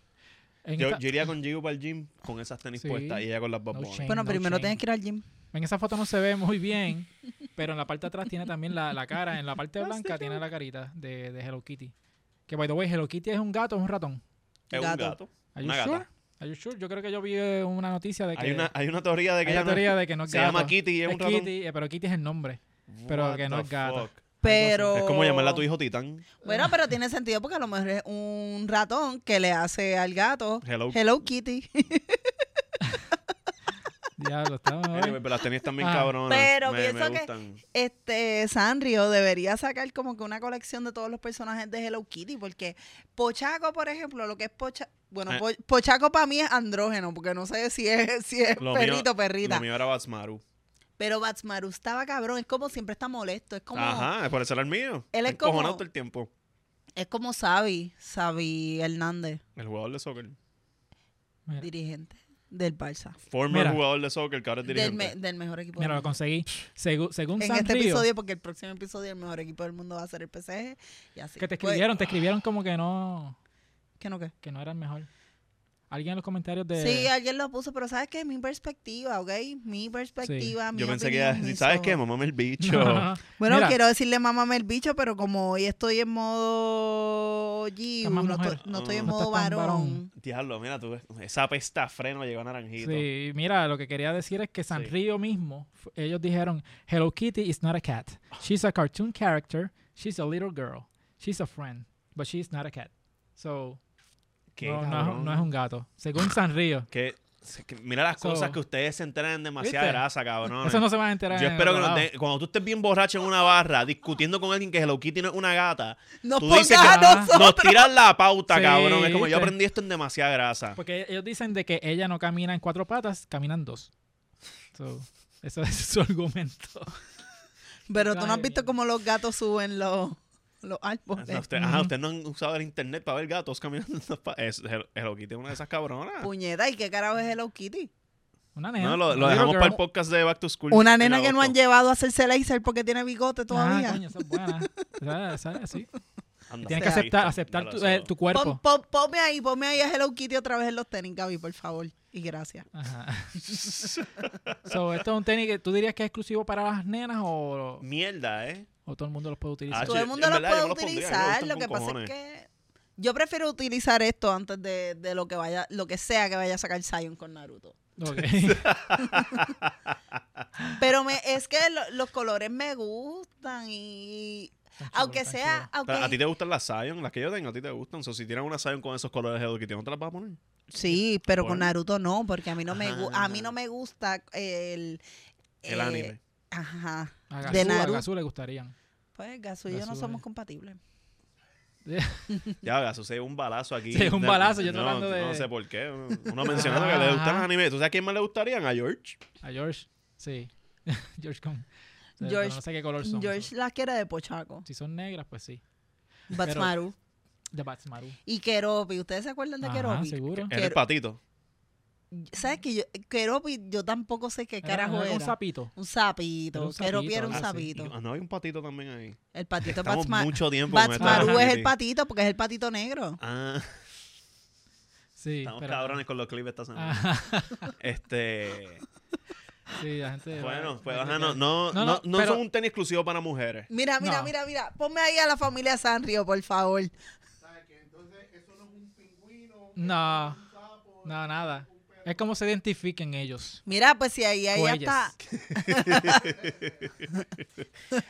Speaker 1: En,
Speaker 3: Yo,
Speaker 1: esta-
Speaker 3: yo iría con Gigo para el gym con esas tenis
Speaker 1: Sí.
Speaker 3: puestas y ella con las
Speaker 1: No
Speaker 3: babonas.
Speaker 1: shame.
Speaker 2: Bueno,
Speaker 1: No
Speaker 2: primero
Speaker 1: shame.
Speaker 2: tienes que ir al gym.
Speaker 1: en esa foto no se ve muy bien, pero en la parte de atrás tiene también la, la cara. En la parte blanca tiene la carita de, de Hello Kitty. Que, by the way, Hello Kitty es un gato o un ratón.
Speaker 3: es un
Speaker 2: Gato.
Speaker 3: gato.
Speaker 1: ¿Are you
Speaker 3: Una gata.
Speaker 1: sure? ¿Are you sure? Yo creo que yo vi eh, una noticia de que...
Speaker 3: Hay una, hay una teoría de que
Speaker 1: Hay
Speaker 3: ella
Speaker 1: la
Speaker 3: no-
Speaker 1: teoría de que no es
Speaker 3: se
Speaker 1: gato.
Speaker 3: llama Kitty y es,
Speaker 1: Es
Speaker 3: un ratón.
Speaker 1: Kitty, eh, pero Kitty es el nombre. pero
Speaker 3: What
Speaker 1: que no
Speaker 3: the
Speaker 1: es gato.
Speaker 3: fuck.
Speaker 2: Pero.
Speaker 3: Es como llamarla a tu hijo Titán.
Speaker 2: Bueno, pero tiene sentido porque a lo mejor es un ratón que le hace al gato.
Speaker 3: Hello.
Speaker 2: Hello Kitty.
Speaker 1: Diablo, estamos hoy.
Speaker 3: Anyway, pero las tenis están bien
Speaker 1: Ah.
Speaker 3: cabronas.
Speaker 2: Pero
Speaker 3: me, me
Speaker 2: pienso que-
Speaker 3: gustan.
Speaker 2: Este Sanrio debería sacar como que una colección de todos los personajes de Hello Kitty porque Pochaco, por ejemplo, lo que es Pocha, bueno,
Speaker 3: Ah.
Speaker 2: Po- Pochaco para mí es andrógeno porque no sé si es si es
Speaker 3: Lo mío-
Speaker 2: perrito o perrita,
Speaker 3: Lo mío era Batsmaru.
Speaker 2: pero Batsmaru estaba cabrón, es como siempre está molesto, es como
Speaker 3: Ajá, es por eso era el mío.
Speaker 2: Él es
Speaker 3: Está encojonado
Speaker 2: como-
Speaker 3: todo el tiempo.
Speaker 2: es como Xavi, Xavi Hernández,
Speaker 3: El jugador de soccer.
Speaker 1: Mira,
Speaker 2: dirigente del Barça,
Speaker 3: Former
Speaker 1: Mira.
Speaker 3: jugador de soccer que ahora es
Speaker 2: del, me-
Speaker 3: dirigente.
Speaker 2: del mejor equipo.
Speaker 1: mira,
Speaker 2: del
Speaker 1: lo
Speaker 2: mundo.
Speaker 1: conseguí. Segu- según
Speaker 2: en este
Speaker 1: Sanrio,
Speaker 2: episodio porque el próximo episodio el mejor equipo del mundo va a ser el PSG y así.
Speaker 1: que te
Speaker 2: Pues,
Speaker 1: escribieron, te escribieron como que no,
Speaker 2: ¿qué no qué?
Speaker 1: que no era el mejor. Alguien en los comentarios de...
Speaker 2: Sí, alguien lo puso, pero ¿sabes qué? Mi perspectiva, ¿ok? Mi perspectiva, mi
Speaker 3: Yo pensé que iba a
Speaker 2: opinión,
Speaker 3: decir,
Speaker 2: mis
Speaker 3: ¿sabes
Speaker 2: ojos".
Speaker 3: qué? Mamame el bicho.
Speaker 1: No, no, no.
Speaker 2: Bueno,
Speaker 1: Mira,
Speaker 2: quiero decirle mamame el bicho, pero como hoy estoy en modo G,
Speaker 1: más
Speaker 2: no,
Speaker 1: mujer.
Speaker 2: estoy, no
Speaker 3: Ah.
Speaker 2: estoy en
Speaker 1: No
Speaker 2: modo
Speaker 1: estás tan
Speaker 2: varón.
Speaker 1: varón.
Speaker 3: Diablo, mira tú, esa pesta freno llegó a naranjito.
Speaker 1: Sí, mira, lo que quería decir es que Sanrio mismo, fu- ellos dijeron, Hello Kitty is not a cat. She's a cartoon character. She's a little girl. She's a friend. But she's not a cat. So,
Speaker 3: Qué
Speaker 1: no, no es-
Speaker 3: cabrón.
Speaker 1: no es un gato. Según Sanrio.
Speaker 3: Qué- se- que- mira las
Speaker 1: So-
Speaker 3: cosas que ustedes se enteran en demasiada
Speaker 1: ¿Viste?
Speaker 3: grasa, cabrón.
Speaker 1: Eso no se va a enterar
Speaker 3: Yo
Speaker 1: en
Speaker 3: espero que
Speaker 1: otro
Speaker 3: nos
Speaker 1: lado.
Speaker 3: den- cuando tú estés bien borracho en una barra discutiendo con alguien que Hello Kitty no es una gata,
Speaker 2: No
Speaker 3: Tú
Speaker 2: pongas
Speaker 3: dices
Speaker 1: que-
Speaker 2: a
Speaker 1: Ah,
Speaker 2: nosotros.
Speaker 3: nos tiran la pauta,
Speaker 1: Sí,
Speaker 3: cabrón. Es como yo
Speaker 1: ¿viste? Pues,
Speaker 3: aprendí esto en demasiada grasa.
Speaker 1: Porque ellos dicen de que ella no camina en cuatro patas, caminan dos. So, eso es su argumento.
Speaker 2: Pero tú no has
Speaker 1: Ay,
Speaker 2: visto
Speaker 1: bien.
Speaker 2: cómo los gatos suben los, los árboles.
Speaker 3: Ustedes
Speaker 1: pues, Ujú.
Speaker 3: no han usado el internet para ver gatos caminando. en las pa- Es, Hello- Hello Kitty es una de esas cabronas.
Speaker 2: Puñeta, ¿y qué carajo es Hello Kitty?
Speaker 1: Una
Speaker 2: Pues,
Speaker 1: nena.
Speaker 3: No, lo, lo
Speaker 1: Little
Speaker 3: dejamos
Speaker 1: girl.
Speaker 3: para el podcast de Back to School.
Speaker 2: eh, Una
Speaker 3: en
Speaker 2: nena que no han
Speaker 3: agosto.
Speaker 2: llevado a hacerse laser porque tiene bigote
Speaker 1: Ah,
Speaker 2: todavía.
Speaker 1: coño, esa es buena. Esa- esa es así.
Speaker 3: Anda,
Speaker 1: Tienes que
Speaker 2: sea,
Speaker 1: aceptar,
Speaker 3: listo,
Speaker 1: aceptar
Speaker 3: dale,
Speaker 1: tu,
Speaker 3: eso.
Speaker 1: eh, tu cuerpo.
Speaker 2: Pon- pon- ponme ahí, ponme ahí a Hello Kitty otra vez en los tenis, Gaby, por favor. Y gracias.
Speaker 1: Ajá. so, esto es un tenis que tú dirías que es exclusivo para las nenas o,
Speaker 3: Mierda, ¿eh?
Speaker 1: o todo el mundo los puede
Speaker 3: Ah,
Speaker 1: utilizar.
Speaker 2: Todo
Speaker 3: yo-
Speaker 2: el mundo
Speaker 3: en
Speaker 2: los
Speaker 3: verdad, yo
Speaker 2: puede
Speaker 3: me los pondría, a mí me
Speaker 2: utilizar,
Speaker 3: gustan
Speaker 2: lo que
Speaker 3: con
Speaker 2: pasa
Speaker 3: cojones.
Speaker 2: es que yo prefiero utilizar esto antes de, de lo que vaya, lo que sea que vaya a sacar Zion con Naruto.
Speaker 3: Ah.
Speaker 1: Ok.
Speaker 2: Pero me, es que lo- los colores me gustan y
Speaker 1: Tan chulo,
Speaker 2: aunque
Speaker 1: tan
Speaker 2: sea,
Speaker 1: chulo.
Speaker 2: aunque
Speaker 3: A, a ti te gustan las Zion, las que yo tengo, a ti te gustan. O sea, si tienen una Zion con esos colores de Hello Kitty, ¿no te las vas a poner?
Speaker 2: sí, pero con
Speaker 3: Bueno.
Speaker 2: Naruto no, porque a mí no me gu- a mí
Speaker 3: Ajá.
Speaker 2: no me gusta el
Speaker 3: El
Speaker 2: eh,
Speaker 3: anime.
Speaker 2: Ajá.
Speaker 1: A
Speaker 2: de
Speaker 1: Gazú, a
Speaker 2: Naruto.
Speaker 1: Gazú le gustarían.
Speaker 2: Pues Gasu y yo no
Speaker 1: Gasu,
Speaker 2: somos
Speaker 1: eh.
Speaker 2: compatibles.
Speaker 3: Ya, Gaso, se dio un balazo aquí.
Speaker 1: Se dio un
Speaker 3: No,
Speaker 1: balazo, yo
Speaker 3: no,
Speaker 1: tratando de-
Speaker 3: No sé por qué. Uno mencionando que
Speaker 1: Ajá.
Speaker 3: le gustan los animes. ¿Tú sabes a quién más le gustarían? A George.
Speaker 1: A George, sí. George con... pero
Speaker 2: George-
Speaker 1: No sé qué color son.
Speaker 2: George las quiere de Pochaco,
Speaker 1: Si son negras, pues sí.
Speaker 2: Batsmaru
Speaker 1: De Batsmaru.
Speaker 2: y Keropi. ¿Ustedes se acuerdan de
Speaker 1: Ajá,
Speaker 2: Keropi?
Speaker 1: seguro.
Speaker 3: Es el
Speaker 2: Quiero-
Speaker 3: patito.
Speaker 2: ¿Sabes que yo, Keropi, yo tampoco sé qué carajo
Speaker 1: Era
Speaker 2: era?
Speaker 1: un sapito.
Speaker 2: Un
Speaker 1: Era
Speaker 2: sapito.
Speaker 1: un
Speaker 2: Keropi
Speaker 1: sapito,
Speaker 2: era un
Speaker 1: algo así.
Speaker 2: sapito.
Speaker 3: Ah, no, hay un patito también ahí.
Speaker 2: El patito es
Speaker 3: Estamos
Speaker 2: Batsma-
Speaker 3: mucho tiempo con este esto de
Speaker 2: Batsmaru
Speaker 3: Hello
Speaker 2: es
Speaker 3: Kitty.
Speaker 2: el patito porque es el patito negro.
Speaker 3: Ah,
Speaker 1: Sí,
Speaker 3: estamos
Speaker 1: pero-
Speaker 3: cabrones con los clips esta semana.
Speaker 1: Ajá.
Speaker 3: Este.
Speaker 1: Sí, la gente.
Speaker 3: Bueno, pues
Speaker 1: la
Speaker 3: ajá,
Speaker 1: gente-
Speaker 3: no, no,
Speaker 1: No,
Speaker 3: no,
Speaker 1: no,
Speaker 3: no
Speaker 1: pero-
Speaker 3: son un tenis exclusivo para mujeres.
Speaker 2: Mira, mira,
Speaker 1: No.
Speaker 2: mira, mira. Ponme ahí a la familia Sanrio, por favor.
Speaker 4: ¿Sabes qué? Entonces, eso no es un pingüino.
Speaker 1: No.
Speaker 4: eso no es un sapo,
Speaker 1: No, nada. Es como se identifiquen ellos.
Speaker 2: Mira, pues si ahí, ahí
Speaker 1: Cuelles.
Speaker 2: está.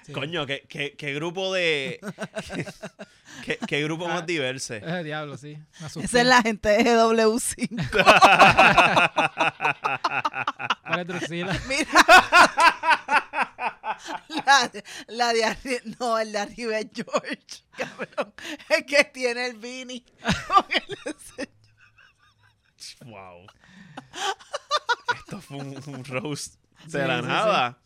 Speaker 1: Sí.
Speaker 3: Coño, qué, qué- qué grupo de. qué, qué- qué grupo más
Speaker 1: Ah.
Speaker 3: diverso.
Speaker 1: Es el diablo, sí. Me asusté.
Speaker 2: Esa es la gente de GW5.
Speaker 1: ¿Cuál es Druxila?
Speaker 2: Mira. la, la de arriba. No, el de arriba es George, cabrón. El que tiene el Vini.
Speaker 3: Wow. Esto fue un, un roast de
Speaker 1: Sí,
Speaker 3: la
Speaker 1: sí,
Speaker 3: nada.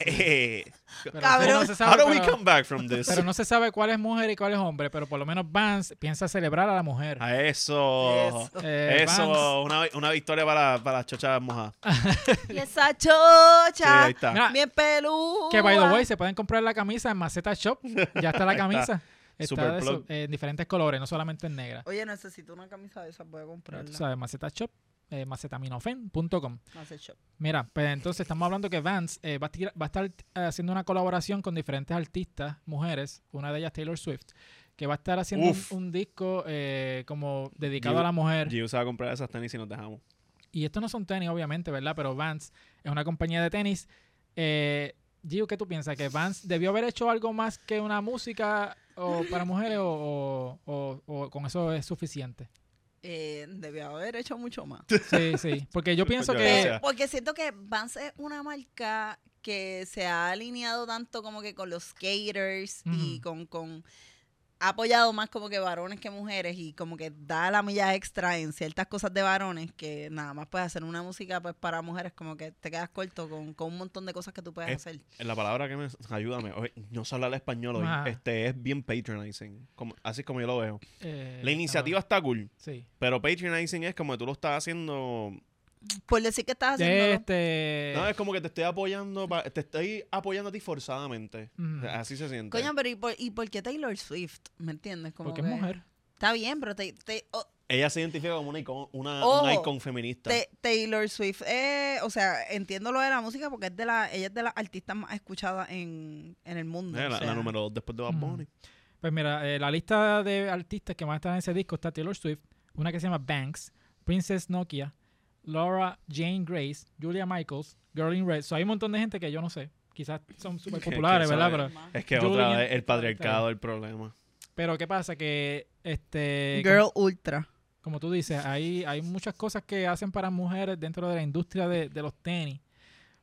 Speaker 3: Eh,
Speaker 1: Ah, Pero
Speaker 2: Cabrón.
Speaker 1: No se
Speaker 3: how
Speaker 1: sabe,
Speaker 3: do we
Speaker 1: pero-
Speaker 3: come back from this?
Speaker 1: pero no se sabe cuál es mujer y cuál es hombre, pero por lo menos Vance piensa celebrar a la mujer.
Speaker 3: A eso.
Speaker 2: Eso.
Speaker 1: Eh, Vance-
Speaker 3: Eso, una, una victoria para, para las chochas mojadas.
Speaker 2: Y esa
Speaker 3: Sí, ahí
Speaker 2: chocha.
Speaker 3: está.
Speaker 1: Mira,
Speaker 2: bien peluda.
Speaker 1: que by the way, se pueden comprar la camisa en Maceta Shop. Ya está la
Speaker 3: Ahí está.
Speaker 1: camisa. Está de
Speaker 3: Superplug.
Speaker 1: su- eh, en diferentes colores, no solamente en negra.
Speaker 2: Oye, necesito una camisa de esas. Voy a
Speaker 1: Pero tú
Speaker 2: comprarla.
Speaker 1: sabes, Maceta Shop, eh, macetaminofen.com.
Speaker 2: No hace shop.
Speaker 1: Mira, pues entonces estamos hablando que Vance eh, va, a tira- va a estar eh, haciendo una colaboración con diferentes artistas, mujeres, una de ellas Taylor Swift, que va a estar haciendo un,
Speaker 3: Uf.
Speaker 1: un disco eh, como dedicado
Speaker 3: Yo-
Speaker 1: a la mujer.
Speaker 3: Giu se va a comprar esas tenis y nos dejamos.
Speaker 1: Y estos no son tenis, obviamente, ¿verdad? Pero Vance es una compañía de tenis. Eh, Gio, ¿qué tú piensas? ¿Que Vance debió haber hecho algo más que una música o para mujeres o, o- o- o con eso es suficiente?
Speaker 2: Eh, debía haber hecho mucho más.
Speaker 1: Sí, sí. Porque yo pienso que...
Speaker 3: Gracias.
Speaker 2: Pero- porque siento que Vance es una marca que se ha alineado tanto como que con los skaters y
Speaker 1: Ujú.
Speaker 2: con, con ha apoyado más como que varones que mujeres y como que da la milla extra en ciertas cosas de varones que nada más puedes hacer una música pues para mujeres como que te quedas corto con, con un montón de cosas que tú puedes
Speaker 3: Eh,
Speaker 2: hacer.
Speaker 3: En la palabra que me ayúdame, hoy no sé hablar español hoy.
Speaker 1: Ajá.
Speaker 3: Este es bien patronizing, como- así como yo lo veo.
Speaker 1: eh,
Speaker 3: La iniciativa está cool,
Speaker 1: Sí.
Speaker 3: pero patronizing es como que tú lo estás haciendo.
Speaker 2: Por decir que estás haciendo
Speaker 1: Este...
Speaker 3: No, es como que te estoy apoyando, pa- te estoy apoyando a ti forzadamente.
Speaker 1: Ujú.
Speaker 3: Así se siente.
Speaker 2: Coño, pero ¿y por, y por qué Taylor Swift? ¿Me entiendes? Como
Speaker 1: Porque
Speaker 2: que-
Speaker 1: es mujer.
Speaker 2: Está bien, pero te, te- o-
Speaker 3: Ella se identifica como una icon, una,
Speaker 2: Ojo,
Speaker 3: una icon feminista. Eh,
Speaker 2: Ta- Taylor Swift, eh, o sea, entiendo lo de la música porque es de la, ella es de las artistas más escuchadas en, en el mundo.
Speaker 3: Eh,
Speaker 2: o
Speaker 3: la,
Speaker 2: sea.
Speaker 3: la número dos después de Bad Bunny.
Speaker 1: Pues mira, eh, la lista de artistas que van a estar en ese disco está Taylor Swift, una que se llama Banks, Princess Nokia, Laura Jane Grace, Julia Michaels, Girl in Red. So, hay un montón de gente que yo no sé. Quizás son súper
Speaker 3: Que- que
Speaker 1: populares, ¿verdad?
Speaker 3: sabe.
Speaker 1: Pero,
Speaker 3: Es que
Speaker 1: Yo
Speaker 3: otra
Speaker 1: lo-
Speaker 3: vez el patriarcado, el problema.
Speaker 1: pero ¿qué pasa? Que, este,
Speaker 2: Girl Ultra.
Speaker 1: como, como tú dices, hay, hay muchas cosas que hacen para mujeres dentro de la industria de, de los tenis.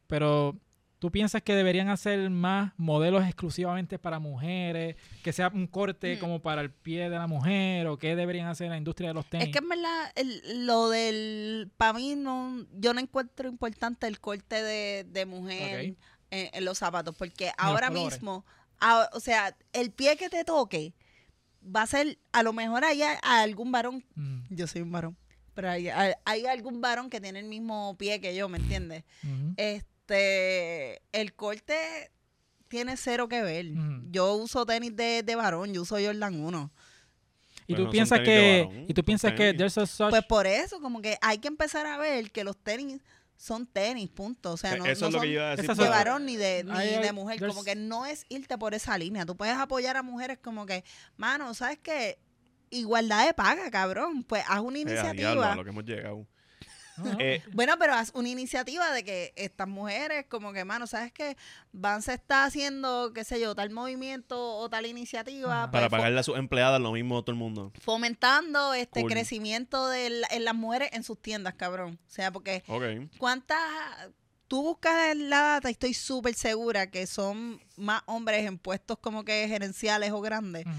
Speaker 1: Pero, ¿tú piensas que deberían hacer más modelos exclusivamente para mujeres? Que sea un corte
Speaker 2: Mm.
Speaker 1: como para el pie de la mujer o qué deberían hacer en la industria de los tenis.
Speaker 2: Es que en verdad, el- lo del, para mí, no, yo no encuentro importante el corte de, de mujer
Speaker 1: Ok.
Speaker 2: en, en los zapatos porque ahora
Speaker 1: colores.
Speaker 2: mismo, a- o sea, el pie que te toque va a ser, a lo mejor hay a- a algún varón
Speaker 1: Mm,
Speaker 2: yo soy un varón. Pero hay, hay- hay algún varón que tiene el mismo pie que yo, ¿me entiendes?
Speaker 1: ujú.
Speaker 2: Este, el corte tiene cero que ver.
Speaker 1: Ujú.
Speaker 2: Yo uso tenis de, de varón, yo uso Jordan 1.
Speaker 1: Y
Speaker 3: Pero
Speaker 1: tú
Speaker 3: no son
Speaker 1: piensas
Speaker 3: tenis de
Speaker 1: que
Speaker 3: varón,
Speaker 1: y tú
Speaker 3: son
Speaker 1: piensas que
Speaker 3: tenis.
Speaker 1: there's a such
Speaker 2: Pues por eso, como que hay que empezar a ver que los tenis son tenis, punto. O sea, no,
Speaker 3: Eh, Eso
Speaker 2: no
Speaker 3: es lo
Speaker 2: son
Speaker 3: que yo iba a decir.
Speaker 1: esas
Speaker 2: de
Speaker 1: son-
Speaker 3: pero-
Speaker 2: varón ni de, ni
Speaker 1: Hay-
Speaker 2: de
Speaker 1: hay-
Speaker 2: mujer.
Speaker 1: there's-
Speaker 2: Como que no es irte por esa línea. Tú puedes apoyar a mujeres como que, mano, ¿sabes qué? Igualdad de paga, cabrón. Pues haz una
Speaker 3: Eh, a
Speaker 2: iniciativa.
Speaker 3: diablo, a lo que hemos llegado.
Speaker 1: No, no.
Speaker 3: Eh,
Speaker 2: Bueno, pero haz una iniciativa de que estas mujeres, como que, mano, ¿sabes qué? Van se está haciendo, qué sé yo, tal movimiento o tal iniciativa
Speaker 1: Ajá.
Speaker 2: pues,
Speaker 3: para
Speaker 2: fo-
Speaker 3: pagarle a sus empleadas lo mismo a todo el mundo.
Speaker 2: fomentando este
Speaker 3: Cool.
Speaker 2: crecimiento de la- en las mujeres en sus tiendas, cabrón. O sea, porque
Speaker 3: Ok.
Speaker 2: cuántas... Tú buscas la data y estoy súper segura que son más hombres en puestos como que gerenciales o grandes
Speaker 1: Ujú.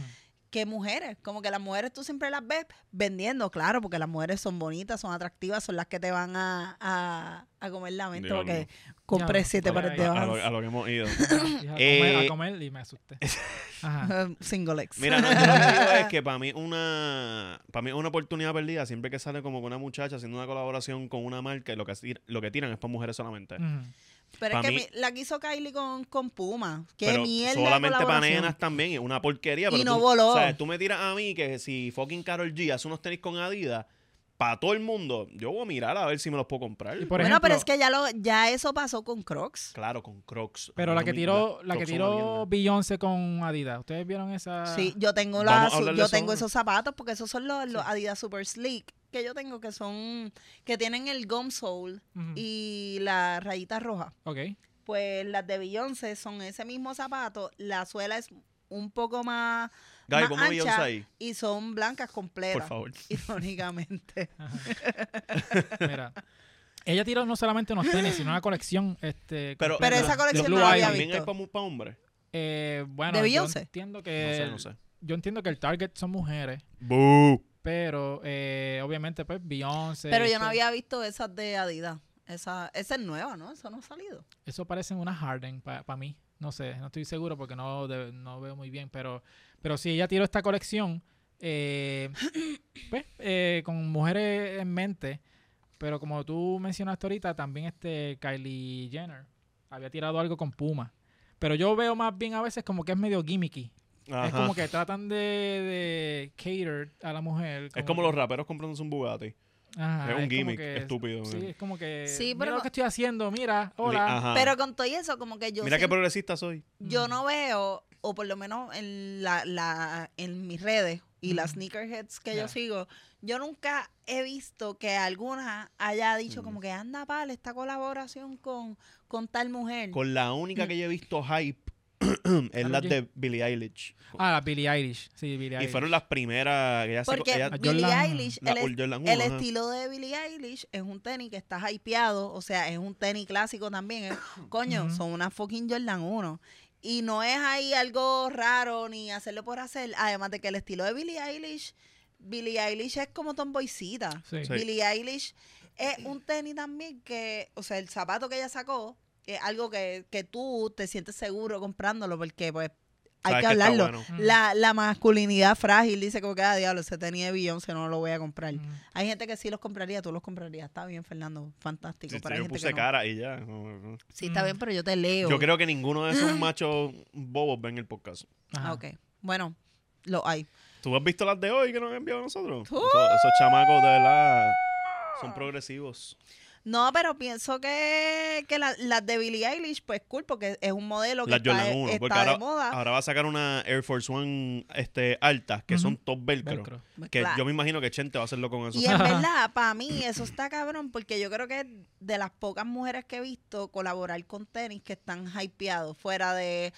Speaker 2: que mujeres. Como que las mujeres tú siempre las ves vendiendo, claro, porque las mujeres son bonitas, son atractivas, son las que te van a, a, a comer la mente
Speaker 3: Diablo.
Speaker 2: porque compré
Speaker 1: Diablo,
Speaker 2: siete
Speaker 1: vaya
Speaker 2: pares
Speaker 1: ahí.
Speaker 2: de
Speaker 1: Te
Speaker 3: A, a lo,
Speaker 2: Vans.
Speaker 3: a lo que hemos ido.
Speaker 1: Dije, a, comer,
Speaker 3: Eh,
Speaker 1: a comer y me asusté. Ajá.
Speaker 2: eh, Single ex.
Speaker 3: Mira, no, yo lo que digo es que para mí una para mí una oportunidad perdida siempre que sale como que una muchacha haciendo una colaboración con una marca y lo que tir- lo que tiran es para mujeres solamente.
Speaker 1: Ujú.
Speaker 2: Pero es
Speaker 3: pa'
Speaker 2: que
Speaker 3: mí-
Speaker 2: mi- la que hizo Kylie con, con Puma. Qué
Speaker 3: Pero
Speaker 2: mierda. de
Speaker 3: solamente para
Speaker 2: colaboración.
Speaker 3: nenas también, es una porquería.
Speaker 2: Y
Speaker 3: Pero
Speaker 2: no
Speaker 3: tú,
Speaker 2: voló.
Speaker 3: o sea, tú me tiras a mí que si fucking Carol G hace unos tenis con Adidas, para todo el mundo, yo voy a mirar a ver si me los puedo comprar.
Speaker 1: Y por
Speaker 2: bueno,
Speaker 1: ejemplo,
Speaker 2: pero es que ya lo, ya eso pasó con Crocs.
Speaker 3: Claro, con Crocs.
Speaker 1: pero la que tiró, la que
Speaker 3: Crocs son una
Speaker 1: tiró
Speaker 3: mierda.
Speaker 1: Beyoncé con Adidas. ¿Ustedes vieron esa?
Speaker 2: Sí, yo tengo
Speaker 3: Vamos a
Speaker 2: las,
Speaker 3: hablar de
Speaker 2: yo
Speaker 3: eso
Speaker 2: tengo
Speaker 3: ahora.
Speaker 2: esos zapatos porque esos son los, los Adidas Super Sleek que yo tengo que son que tienen el gum sole
Speaker 1: Ujú.
Speaker 2: y la rayita roja.
Speaker 1: Ok.
Speaker 2: Pues las de Beyoncé son ese mismo zapato, la suela es un poco más
Speaker 3: Gaby,
Speaker 2: más
Speaker 3: ponme
Speaker 2: ancha
Speaker 3: Beyoncé ahí,
Speaker 2: y son blancas
Speaker 3: por
Speaker 2: completas.
Speaker 3: favor.
Speaker 2: Irónicamente.
Speaker 1: Mira. Ella tiró no solamente unos tenis, sino una colección. Este,
Speaker 3: Pero-
Speaker 1: completa
Speaker 2: Pero esa
Speaker 1: de
Speaker 2: colección
Speaker 1: Blue
Speaker 2: no la había
Speaker 1: Ivy.
Speaker 2: visto.
Speaker 3: También hay para hombres.
Speaker 1: Eh, bueno,
Speaker 2: ¿De
Speaker 1: yo
Speaker 2: Beyoncé?
Speaker 1: entiendo
Speaker 3: No
Speaker 1: que
Speaker 3: sé, no sé.
Speaker 1: yo entiendo que el target son mujeres, pero eh, obviamente pues Beyoncé.
Speaker 2: Pero yo
Speaker 1: este,
Speaker 2: no había visto esas de Adidas. Esa, esa es nueva, ¿no? Eso no ha salido.
Speaker 1: Eso parecen unas Harden para mí. No sé, no estoy seguro porque no, de- no veo muy bien, pero, pero sí, ella tiró esta colección eh, pues, eh, con mujeres en mente, pero como tú mencionaste ahorita, también este Kylie Jenner había tirado algo con Puma. Pero yo veo más bien a veces como que es medio gimmicky. Es
Speaker 3: Ajá.
Speaker 1: como que tratan de, de cater a la mujer.
Speaker 3: Es como los raperos comprándose un Bugatti.
Speaker 1: Ajá,
Speaker 3: es un
Speaker 1: Ah, como
Speaker 3: gimmick
Speaker 1: que-
Speaker 3: estúpido.
Speaker 1: Sí,
Speaker 3: man.
Speaker 1: es como que.
Speaker 2: Sí,
Speaker 1: Mira
Speaker 2: pero-
Speaker 1: lo que estoy haciendo, mira, hola.
Speaker 3: Ajá.
Speaker 2: Pero con todo y eso, como que yo
Speaker 3: Ah. Mira qué
Speaker 2: siento-
Speaker 3: progresista soy.
Speaker 2: yo
Speaker 1: Mm.
Speaker 2: no veo, o por lo menos en, la, la- en mis redes y las
Speaker 1: Ujú.
Speaker 2: sneakerheads que
Speaker 1: Ya.
Speaker 2: yo sigo, yo nunca he visto que alguna haya dicho
Speaker 3: Mm.
Speaker 2: como que anda pal esta colaboración con, con tal mujer.
Speaker 3: Con la única que yo he visto hype es la
Speaker 1: Karol G.
Speaker 3: de Billie Eilish.
Speaker 1: Ah, la Billie Eilish. Sí, Billie
Speaker 3: y
Speaker 1: Eilish.
Speaker 3: fueron las primeras que ella se-
Speaker 2: porque
Speaker 3: ella-
Speaker 1: A
Speaker 2: Billie
Speaker 1: Jordan-
Speaker 2: Eilish,
Speaker 3: la-
Speaker 2: el, es-
Speaker 3: Jordan
Speaker 2: el
Speaker 3: 1, ajá.
Speaker 2: estilo de Billie Eilish es un tenis que está hypeado, o sea, es un tenis clásico también. es- coño,
Speaker 1: Ujú.
Speaker 2: son una fucking Jordan 1. Y no es ahí algo raro ni hacerlo por hacer. Además de que el estilo de Billie Eilish, Billie Eilish es como tomboycita.
Speaker 1: Sí.
Speaker 3: Sí.
Speaker 2: Billie Eilish es un tenis también que, o sea, el zapato que ella sacó es algo que, que tú te sientes seguro comprándolo porque pues hay
Speaker 3: Sabes
Speaker 2: que
Speaker 3: está
Speaker 2: hablarlo.
Speaker 3: bueno.
Speaker 1: Mm.
Speaker 2: La, la masculinidad frágil dice como que, ah, diablo, ese tenis de Beyoncé no lo voy a comprar.
Speaker 1: Mm.
Speaker 2: Hay gente que sí los compraría, tú los comprarías. Está bien, Fernando, fantástico.
Speaker 3: Sí,
Speaker 2: pero
Speaker 3: sí,
Speaker 2: hay
Speaker 3: yo
Speaker 2: gente
Speaker 3: puse
Speaker 2: que no.
Speaker 3: cara y ya. No, no.
Speaker 2: Sí, está bien, pero yo te leo.
Speaker 3: Yo creo que ninguno de esos machos bobos ven el podcast.
Speaker 1: Ajá.
Speaker 2: Ah, ok. Bueno, lo hay.
Speaker 3: ¿Tú has visto las de hoy que nos han enviado a nosotros? Esos, esos chamacos de verdad son progresivos.
Speaker 2: No, pero pienso que, que la- las de Billie Eilish, pues cool, porque es un modelo que
Speaker 3: Las
Speaker 2: está, e-
Speaker 3: Jordan 1.
Speaker 2: está
Speaker 3: Porque
Speaker 2: de
Speaker 3: ahora,
Speaker 2: moda.
Speaker 3: ahora va a sacar una Air Force One este, alta, que son
Speaker 1: Ujú.
Speaker 3: top velcro.
Speaker 1: Velcro.
Speaker 2: Pues,
Speaker 3: ah, Que
Speaker 2: claro.
Speaker 3: yo me imagino que Chente va a hacerlo con eso.
Speaker 2: Y en verdad, para mí, eso está cabrón, porque yo creo que de las pocas mujeres que he visto colaborar con tenis que están hypeados, fuera de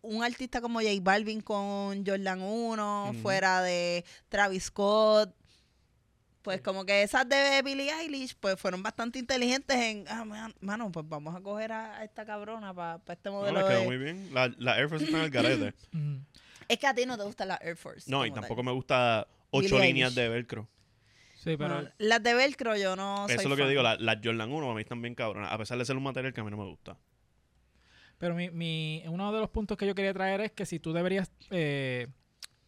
Speaker 2: un artista como J Balvin con Jordan 1,
Speaker 3: Ujú.
Speaker 2: fuera de Travis Scott. Pues
Speaker 1: Sí.
Speaker 2: como que esas de Billie Eilish, pues fueron bastante inteligentes en, ah, man- mano, pues vamos a coger a, a esta cabrona para este
Speaker 3: No,
Speaker 2: modelo.
Speaker 3: les quedó
Speaker 2: de-
Speaker 3: muy bien. La, la Air Force está en el garete.
Speaker 1: Mm.
Speaker 2: Es que a ti no te gusta la Air Force.
Speaker 3: No, y
Speaker 2: como tal.
Speaker 3: tampoco me gusta ocho
Speaker 2: Billie
Speaker 3: líneas
Speaker 2: Eilish.
Speaker 3: de velcro.
Speaker 1: Sí, pero.
Speaker 2: Bueno, las de Velcro yo no
Speaker 3: Eso
Speaker 2: soy
Speaker 3: es lo que yo
Speaker 2: fan.
Speaker 3: digo. la- Las Jordan 1 a mí están bien cabronas. A pesar de ser un material que a mí no me gusta.
Speaker 1: Pero mi, mi- uno de los puntos que yo quería traer es que si tú deberías eh,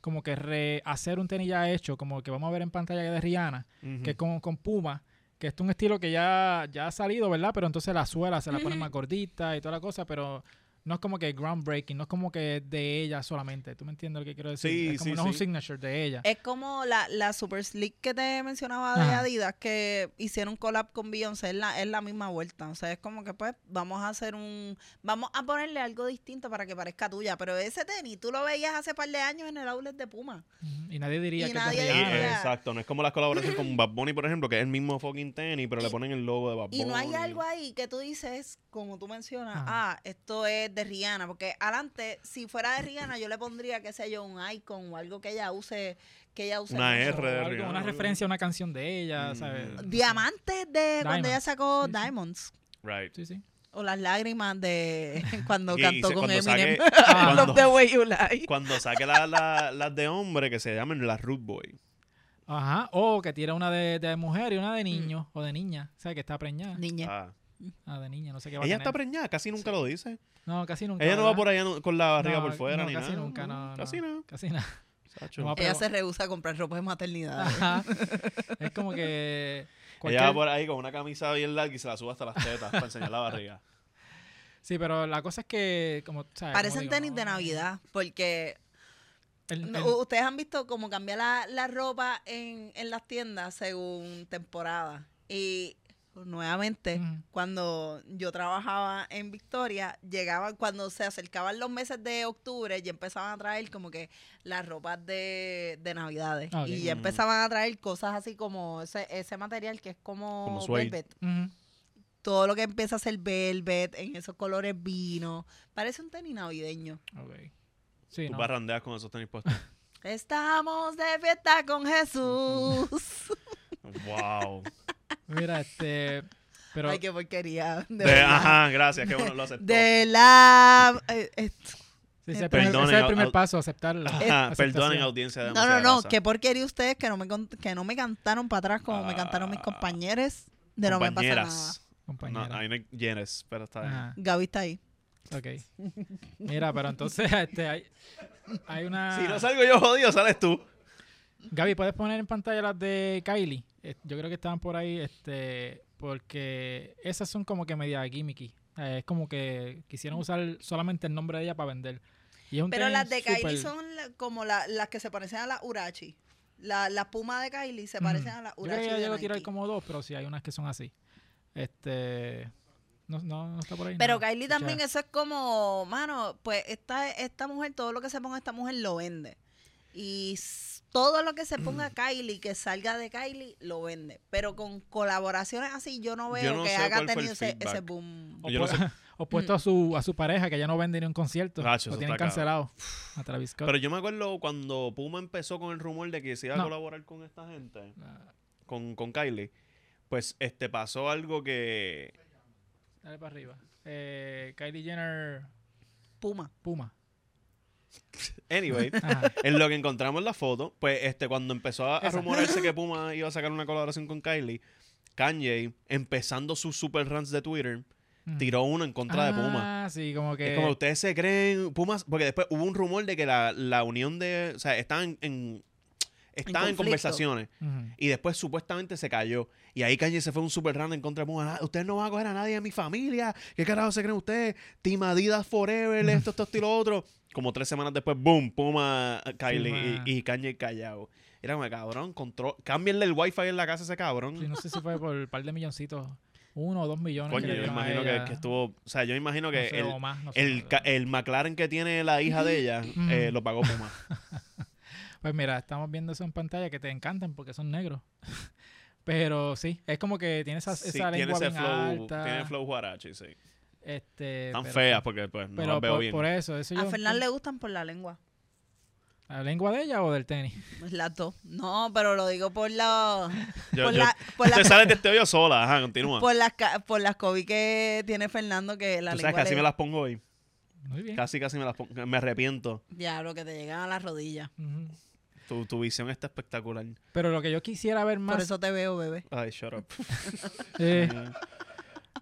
Speaker 1: como que rehacer un tenis ya hecho, como el que vamos a ver en pantalla de Rihanna, que es con, con Puma, que es un estilo que ya, ya ha salido, ¿verdad? Pero entonces la suela se la ponen más gordita y toda la cosa, pero no es como que groundbreaking, no es como que de ella solamente. ¿Tú me entiendes lo que quiero decir?
Speaker 3: Sí,
Speaker 1: es como
Speaker 3: sí,
Speaker 1: no es un
Speaker 3: sí.
Speaker 1: signature de ella.
Speaker 2: Es como la, la Super Slick que te mencionaba de
Speaker 1: Ajá.
Speaker 2: Adidas, que hicieron collab con Beyoncé, es la, es la misma vuelta. O sea, es como que pues vamos a hacer un... Vamos a ponerle algo distinto para que parezca tuya. Pero ese tenis, tú lo veías hace par de años en el outlet de Puma.
Speaker 1: Ujú. Y nadie diría
Speaker 2: Y
Speaker 1: que
Speaker 3: Y,
Speaker 1: es
Speaker 2: nadie
Speaker 1: de Rihanna.
Speaker 2: diría-
Speaker 3: eh, exacto, no es como las colaboraciones con Bad Bunny, por ejemplo, que es el mismo fucking tenis, pero le ponen el logo de Bad Bunny.
Speaker 2: Y no hay algo ahí que tú dices, como tú mencionas,
Speaker 1: Ajá.
Speaker 2: ah, esto es de Rihanna. Porque adelante, si fuera de Rihanna, yo le pondría, qué sé yo, un icon o algo que ella use. Que ella use
Speaker 3: Una
Speaker 2: mucho.
Speaker 3: R. de
Speaker 1: O algo,
Speaker 3: Rihanna,
Speaker 1: una
Speaker 3: algo.
Speaker 1: referencia a una canción de ella,
Speaker 3: Mm.
Speaker 1: ¿sabes? No sé.
Speaker 2: Diamantes de cuando ella
Speaker 1: Diamonds.
Speaker 2: sacó
Speaker 1: Sí, sí.
Speaker 2: Diamonds.
Speaker 3: Right.
Speaker 1: Sí, sí.
Speaker 2: O las lágrimas de cuando
Speaker 3: Y- y
Speaker 2: cantó
Speaker 3: se-
Speaker 2: con
Speaker 3: cuando
Speaker 2: Eminem.
Speaker 3: saque-
Speaker 1: Ah,
Speaker 2: Love
Speaker 3: cuando-
Speaker 2: the way you lie.
Speaker 3: Cuando saque la- la- las de hombre que se llaman las Root Boy.
Speaker 1: Ajá, o que tira una de, de mujer y una de niño
Speaker 2: Mm.
Speaker 1: o de niña, o sea, que está preñada.
Speaker 2: Niña.
Speaker 3: Ah.
Speaker 1: Ah, de niña, no sé qué va
Speaker 3: Ella
Speaker 1: a tener.
Speaker 3: está preñada, casi nunca lo dice.
Speaker 1: no, casi nunca.
Speaker 3: Ella no va
Speaker 1: ¿verdad?
Speaker 3: por allá no- con la barriga
Speaker 1: No,
Speaker 3: por fuera
Speaker 1: no,
Speaker 3: ni
Speaker 1: casi
Speaker 3: nada.
Speaker 1: Nunca, no, no,
Speaker 3: Casi no.
Speaker 1: Casi nada.
Speaker 3: Sacho.
Speaker 1: No va
Speaker 2: Ella
Speaker 1: pero-
Speaker 2: se rehúsa a comprar ropa de maternidad.
Speaker 1: Ajá. Es como que cualquier-
Speaker 3: Ella va por ahí con una camisa bien larga y se la sube hasta las tetas para enseñar la barriga.
Speaker 1: Sí, pero la cosa es que como, ¿sabes? Como
Speaker 2: Parecen
Speaker 1: digo,
Speaker 2: tenis
Speaker 1: no,
Speaker 2: de
Speaker 1: no.
Speaker 2: Navidad porque
Speaker 1: El-
Speaker 2: No,
Speaker 1: el-
Speaker 2: u- Ustedes han visto cómo cambia la, la ropa en, en las tiendas según temporada. Y pues, nuevamente,
Speaker 1: Ujú.
Speaker 2: cuando yo trabajaba en Victoria, llegaban, cuando se acercaban los meses de octubre, ya empezaban a traer como que las ropas de, de Navidades.
Speaker 1: Ah, ok.
Speaker 2: Y ya
Speaker 3: Mm.
Speaker 2: empezaban a traer cosas así como ese, ese material que es como,
Speaker 3: Como suede.
Speaker 2: velvet.
Speaker 1: Ujú.
Speaker 2: Todo lo que empieza a ser velvet, en esos colores vino. Parece un tenis navideño.
Speaker 1: Ok. Sí,
Speaker 3: Tú
Speaker 1: no.
Speaker 3: barrandeas con esos tenis puestos.
Speaker 2: Estamos de fiesta con Jesús.
Speaker 3: wow.
Speaker 1: Mira, este. Pero.
Speaker 2: Ay, qué porquería. De,
Speaker 3: De-
Speaker 2: verdad.
Speaker 3: ajá, gracias, qué bueno lo aceptó.
Speaker 2: De la... eh, eh,
Speaker 1: sí, ese es el primer-
Speaker 3: Perdonen,
Speaker 1: ese es el
Speaker 3: au-
Speaker 1: primer
Speaker 3: au-
Speaker 1: paso, aceptarla.
Speaker 3: Ajá, perdonen,
Speaker 1: Aceptación.
Speaker 3: audiencia de
Speaker 2: no, no,
Speaker 3: Demasiada
Speaker 2: no.
Speaker 3: Raza.
Speaker 2: Qué porquería ustedes que no me, con- que no me cantaron para atrás como me cantaron mis
Speaker 3: Ah,
Speaker 2: compañeros de No Me Pasa Nada.
Speaker 3: Compañeras. No,
Speaker 1: Compañera.
Speaker 3: ahí no hay yeres, pero está bien.
Speaker 1: Ajá,
Speaker 2: Gaby está ahí.
Speaker 1: ok. Mira, pero entonces este, hay, hay una.
Speaker 3: Si no salgo yo jodido, sales tú.
Speaker 1: Gaby, ¿puedes poner en pantalla las de Kylie? Eh, Yo creo que estaban por ahí, este, porque esas son como que media gimmicky. Eh, es como que quisieron usar solamente el nombre de ella para vender. Y es un
Speaker 2: Pero
Speaker 1: tenis
Speaker 2: las de Kylie
Speaker 1: súper-
Speaker 2: son la- como la- las que se parecen a las Urachi. La, la puma de Kylie se parecen
Speaker 1: Ujú.
Speaker 2: a las
Speaker 1: Yo creo
Speaker 2: Urachi.
Speaker 1: que ella
Speaker 2: de
Speaker 1: llegó a
Speaker 2: Nike.
Speaker 1: tirar como dos, pero sí hay unas que son así. Este. No, no, no está por ahí.
Speaker 2: Pero
Speaker 1: no.
Speaker 2: Kylie
Speaker 1: Escucha.
Speaker 2: también, eso es como, mano, pues esta, esta mujer, todo lo que se ponga esta mujer lo vende. Y s- todo lo que se ponga Kylie, que salga de Kylie, lo vende. Pero con colaboraciones así, yo no
Speaker 3: Yo
Speaker 2: veo
Speaker 3: no
Speaker 2: que
Speaker 3: sé
Speaker 2: haya
Speaker 3: cuál fue el
Speaker 2: tenido ese,
Speaker 3: feedback.
Speaker 2: ese boom.
Speaker 1: O,
Speaker 3: Yo no
Speaker 1: pu- o puesto a su, a su pareja, que ya no vende ni un concierto.
Speaker 3: Gacho,
Speaker 1: lo
Speaker 3: eso
Speaker 1: tienen
Speaker 3: está
Speaker 1: cancelado. A Travis Scott.
Speaker 3: Pero yo me acuerdo cuando Puma empezó con el rumor de que se iba a
Speaker 1: No.
Speaker 3: colaborar con esta gente,
Speaker 1: Ah,
Speaker 3: con, con Kylie, pues este pasó algo que.
Speaker 1: dale para arriba. Eh, Kylie Jenner
Speaker 2: Puma.
Speaker 1: Puma.
Speaker 3: Anyway,
Speaker 1: Ajá.
Speaker 3: en lo que encontramos la foto, pues este cuando empezó a, a
Speaker 1: Esa.
Speaker 3: rumorarse que Puma iba a sacar una colaboración con Kylie, Kanye, empezando sus super rants de Twitter,
Speaker 1: Ujú.
Speaker 3: tiró uno en contra de Puma.
Speaker 1: Mm. Ah, sí, como que.
Speaker 3: Es como ustedes se creen, Pumas, porque después hubo un rumor de que la, la unión de, o sea, estaban en, estaban
Speaker 2: conflicto.
Speaker 3: en, conversaciones
Speaker 1: Ujú.
Speaker 3: y después supuestamente se cayó y ahí Kanye se fue un super run en contra de Pumas. Ah, Ustedes no van a coger a nadie de mi familia, ¿qué carajo se creen ustedes? Team Adidas Forever, esto, esto, esto y lo otro. Como tres semanas después, boom, Puma, Kylie
Speaker 1: Puma.
Speaker 3: y, y Kanye callado. Era como, cabrón, control, cámbienle el wifi en la casa a ese cabrón.
Speaker 1: Sí, no sé si fue por un par de milloncitos. Uno o dos millones. que
Speaker 3: Coño,
Speaker 1: le
Speaker 3: yo
Speaker 1: dieron a
Speaker 3: imagino que,
Speaker 1: ella.
Speaker 3: que estuvo, o sea, yo imagino
Speaker 1: No
Speaker 3: que
Speaker 1: sé,
Speaker 3: el-
Speaker 1: o más, no sé, no
Speaker 3: El,
Speaker 1: sé.
Speaker 3: ca- el McLaren que tiene la hija de ella eh, lo pagó Puma.
Speaker 1: Pues mira, estamos viendo eso en pantalla que te encantan porque son negros. Pero sí, es como que tiene esa,
Speaker 3: Sí,
Speaker 1: esa
Speaker 3: tiene
Speaker 1: lengua
Speaker 3: ese
Speaker 1: bien
Speaker 3: flow,
Speaker 1: alta.
Speaker 3: tiene flow guarachi, sí.
Speaker 1: Este,
Speaker 3: Están
Speaker 1: pero-
Speaker 3: feas porque pues no
Speaker 1: Pero
Speaker 3: las veo
Speaker 1: por,
Speaker 3: bien.
Speaker 1: por eso, eso
Speaker 2: A
Speaker 1: yo-
Speaker 2: Fernán le gustan por la lengua.
Speaker 1: ¿La lengua de ella o del tenis?
Speaker 2: Pues Las dos. No, pero lo digo por la...
Speaker 3: Yo-
Speaker 2: por,
Speaker 3: yo-
Speaker 2: la- por,
Speaker 3: Usted
Speaker 2: las-
Speaker 3: sale de este hoyo sola, ajá, continúa.
Speaker 2: por las ca- por las COVID que tiene Fernando, que la
Speaker 3: Tú sabes,
Speaker 2: lengua...
Speaker 3: casi
Speaker 2: le-
Speaker 3: me las pongo hoy.
Speaker 1: Muy bien.
Speaker 3: Casi, casi me las pongo. Me arrepiento.
Speaker 2: Ya, lo que te llegan a las rodillas.
Speaker 1: Ujú.
Speaker 3: Tu, tu visión está espectacular.
Speaker 1: Pero lo que yo quisiera ver
Speaker 2: Por
Speaker 1: más.
Speaker 2: eso te veo, bebé.
Speaker 3: Ay, shut up.
Speaker 1: eh,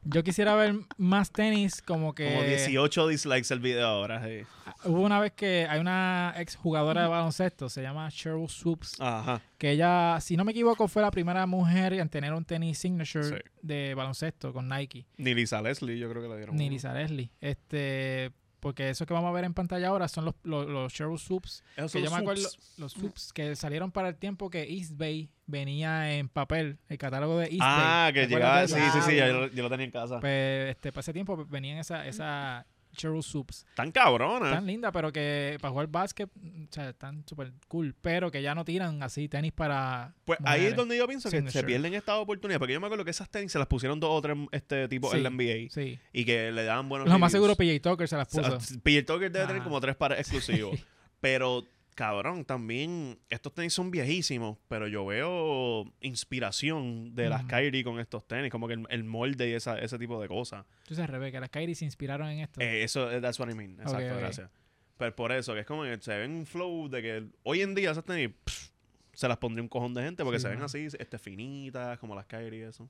Speaker 1: yo quisiera ver más tenis como que.
Speaker 3: Como 18 dislikes el video ahora. sí.
Speaker 1: Hubo una vez que hay una ex jugadora de baloncesto, se llama Cheryl Swoops,
Speaker 3: Ajá.
Speaker 1: que ella, si no me equivoco, fue la primera mujer en tener un tenis signature
Speaker 3: Sí.
Speaker 1: de baloncesto con Nike,
Speaker 3: Ni Lisa Leslie, yo creo que la dieron.
Speaker 1: ni Lisa Leslie. Este, porque eso que vamos a ver en pantalla ahora son los, los, los Cheryl Swoops,
Speaker 3: Esos
Speaker 1: que
Speaker 3: son
Speaker 1: yo me
Speaker 3: los
Speaker 1: acuerdo,
Speaker 3: swoops.
Speaker 1: los Swoops que salieron para el tiempo que East Bay venía en papel, el catálogo de East
Speaker 3: Ah,
Speaker 1: Bay.
Speaker 3: que
Speaker 1: ¿Te acuerdas
Speaker 3: llegaba.
Speaker 1: de
Speaker 3: Sí,
Speaker 1: eso?
Speaker 3: sí, sí.
Speaker 2: Ah,
Speaker 3: ya
Speaker 2: bueno.
Speaker 3: Yo, yo lo tenía en casa.
Speaker 1: Pues, este, para ese tiempo venían esa, esa Cheryl Swoops.
Speaker 3: Tan cabrona.
Speaker 1: tan linda, pero que para jugar básquet, mm, o sea, están súper cool, pero que ya no tiran así tenis para.
Speaker 3: Pues ahí es
Speaker 1: mujeres.
Speaker 3: donde yo pienso que se
Speaker 1: Signature.
Speaker 3: pierden estas oportunidades. Porque yo me acuerdo que esas tenis se las pusieron dos o tres este, tipos
Speaker 1: Sí,
Speaker 3: en la NBA.
Speaker 1: Sí.
Speaker 3: Y que le daban buenos
Speaker 1: Lo más seguro,
Speaker 3: reviews.
Speaker 1: PJ Tucker se las
Speaker 3: O sea,
Speaker 1: puso. Ah.
Speaker 3: Peter Tucker debe tener
Speaker 1: Ajá.
Speaker 3: como tres pares exclusivos. Pero, cabrón, también estos tenis son viejísimos, pero yo veo inspiración de las
Speaker 1: Ujú.
Speaker 3: Kyrie con estos tenis, como que el, el molde y esa- ese tipo de cosas.
Speaker 1: Entonces, al revés, que las Kyrie se inspiraron en esto.
Speaker 3: Eh, eso, eh, that's what I mean. Exacto,
Speaker 1: ok.
Speaker 3: gracias. Pero por eso, que es como que se ven un flow de que hoy en día esas tenis pff, se las pondría un cojón de gente porque
Speaker 1: Sí,
Speaker 3: se ven
Speaker 1: mano.
Speaker 3: así, este, finitas, como las Kyrie y eso.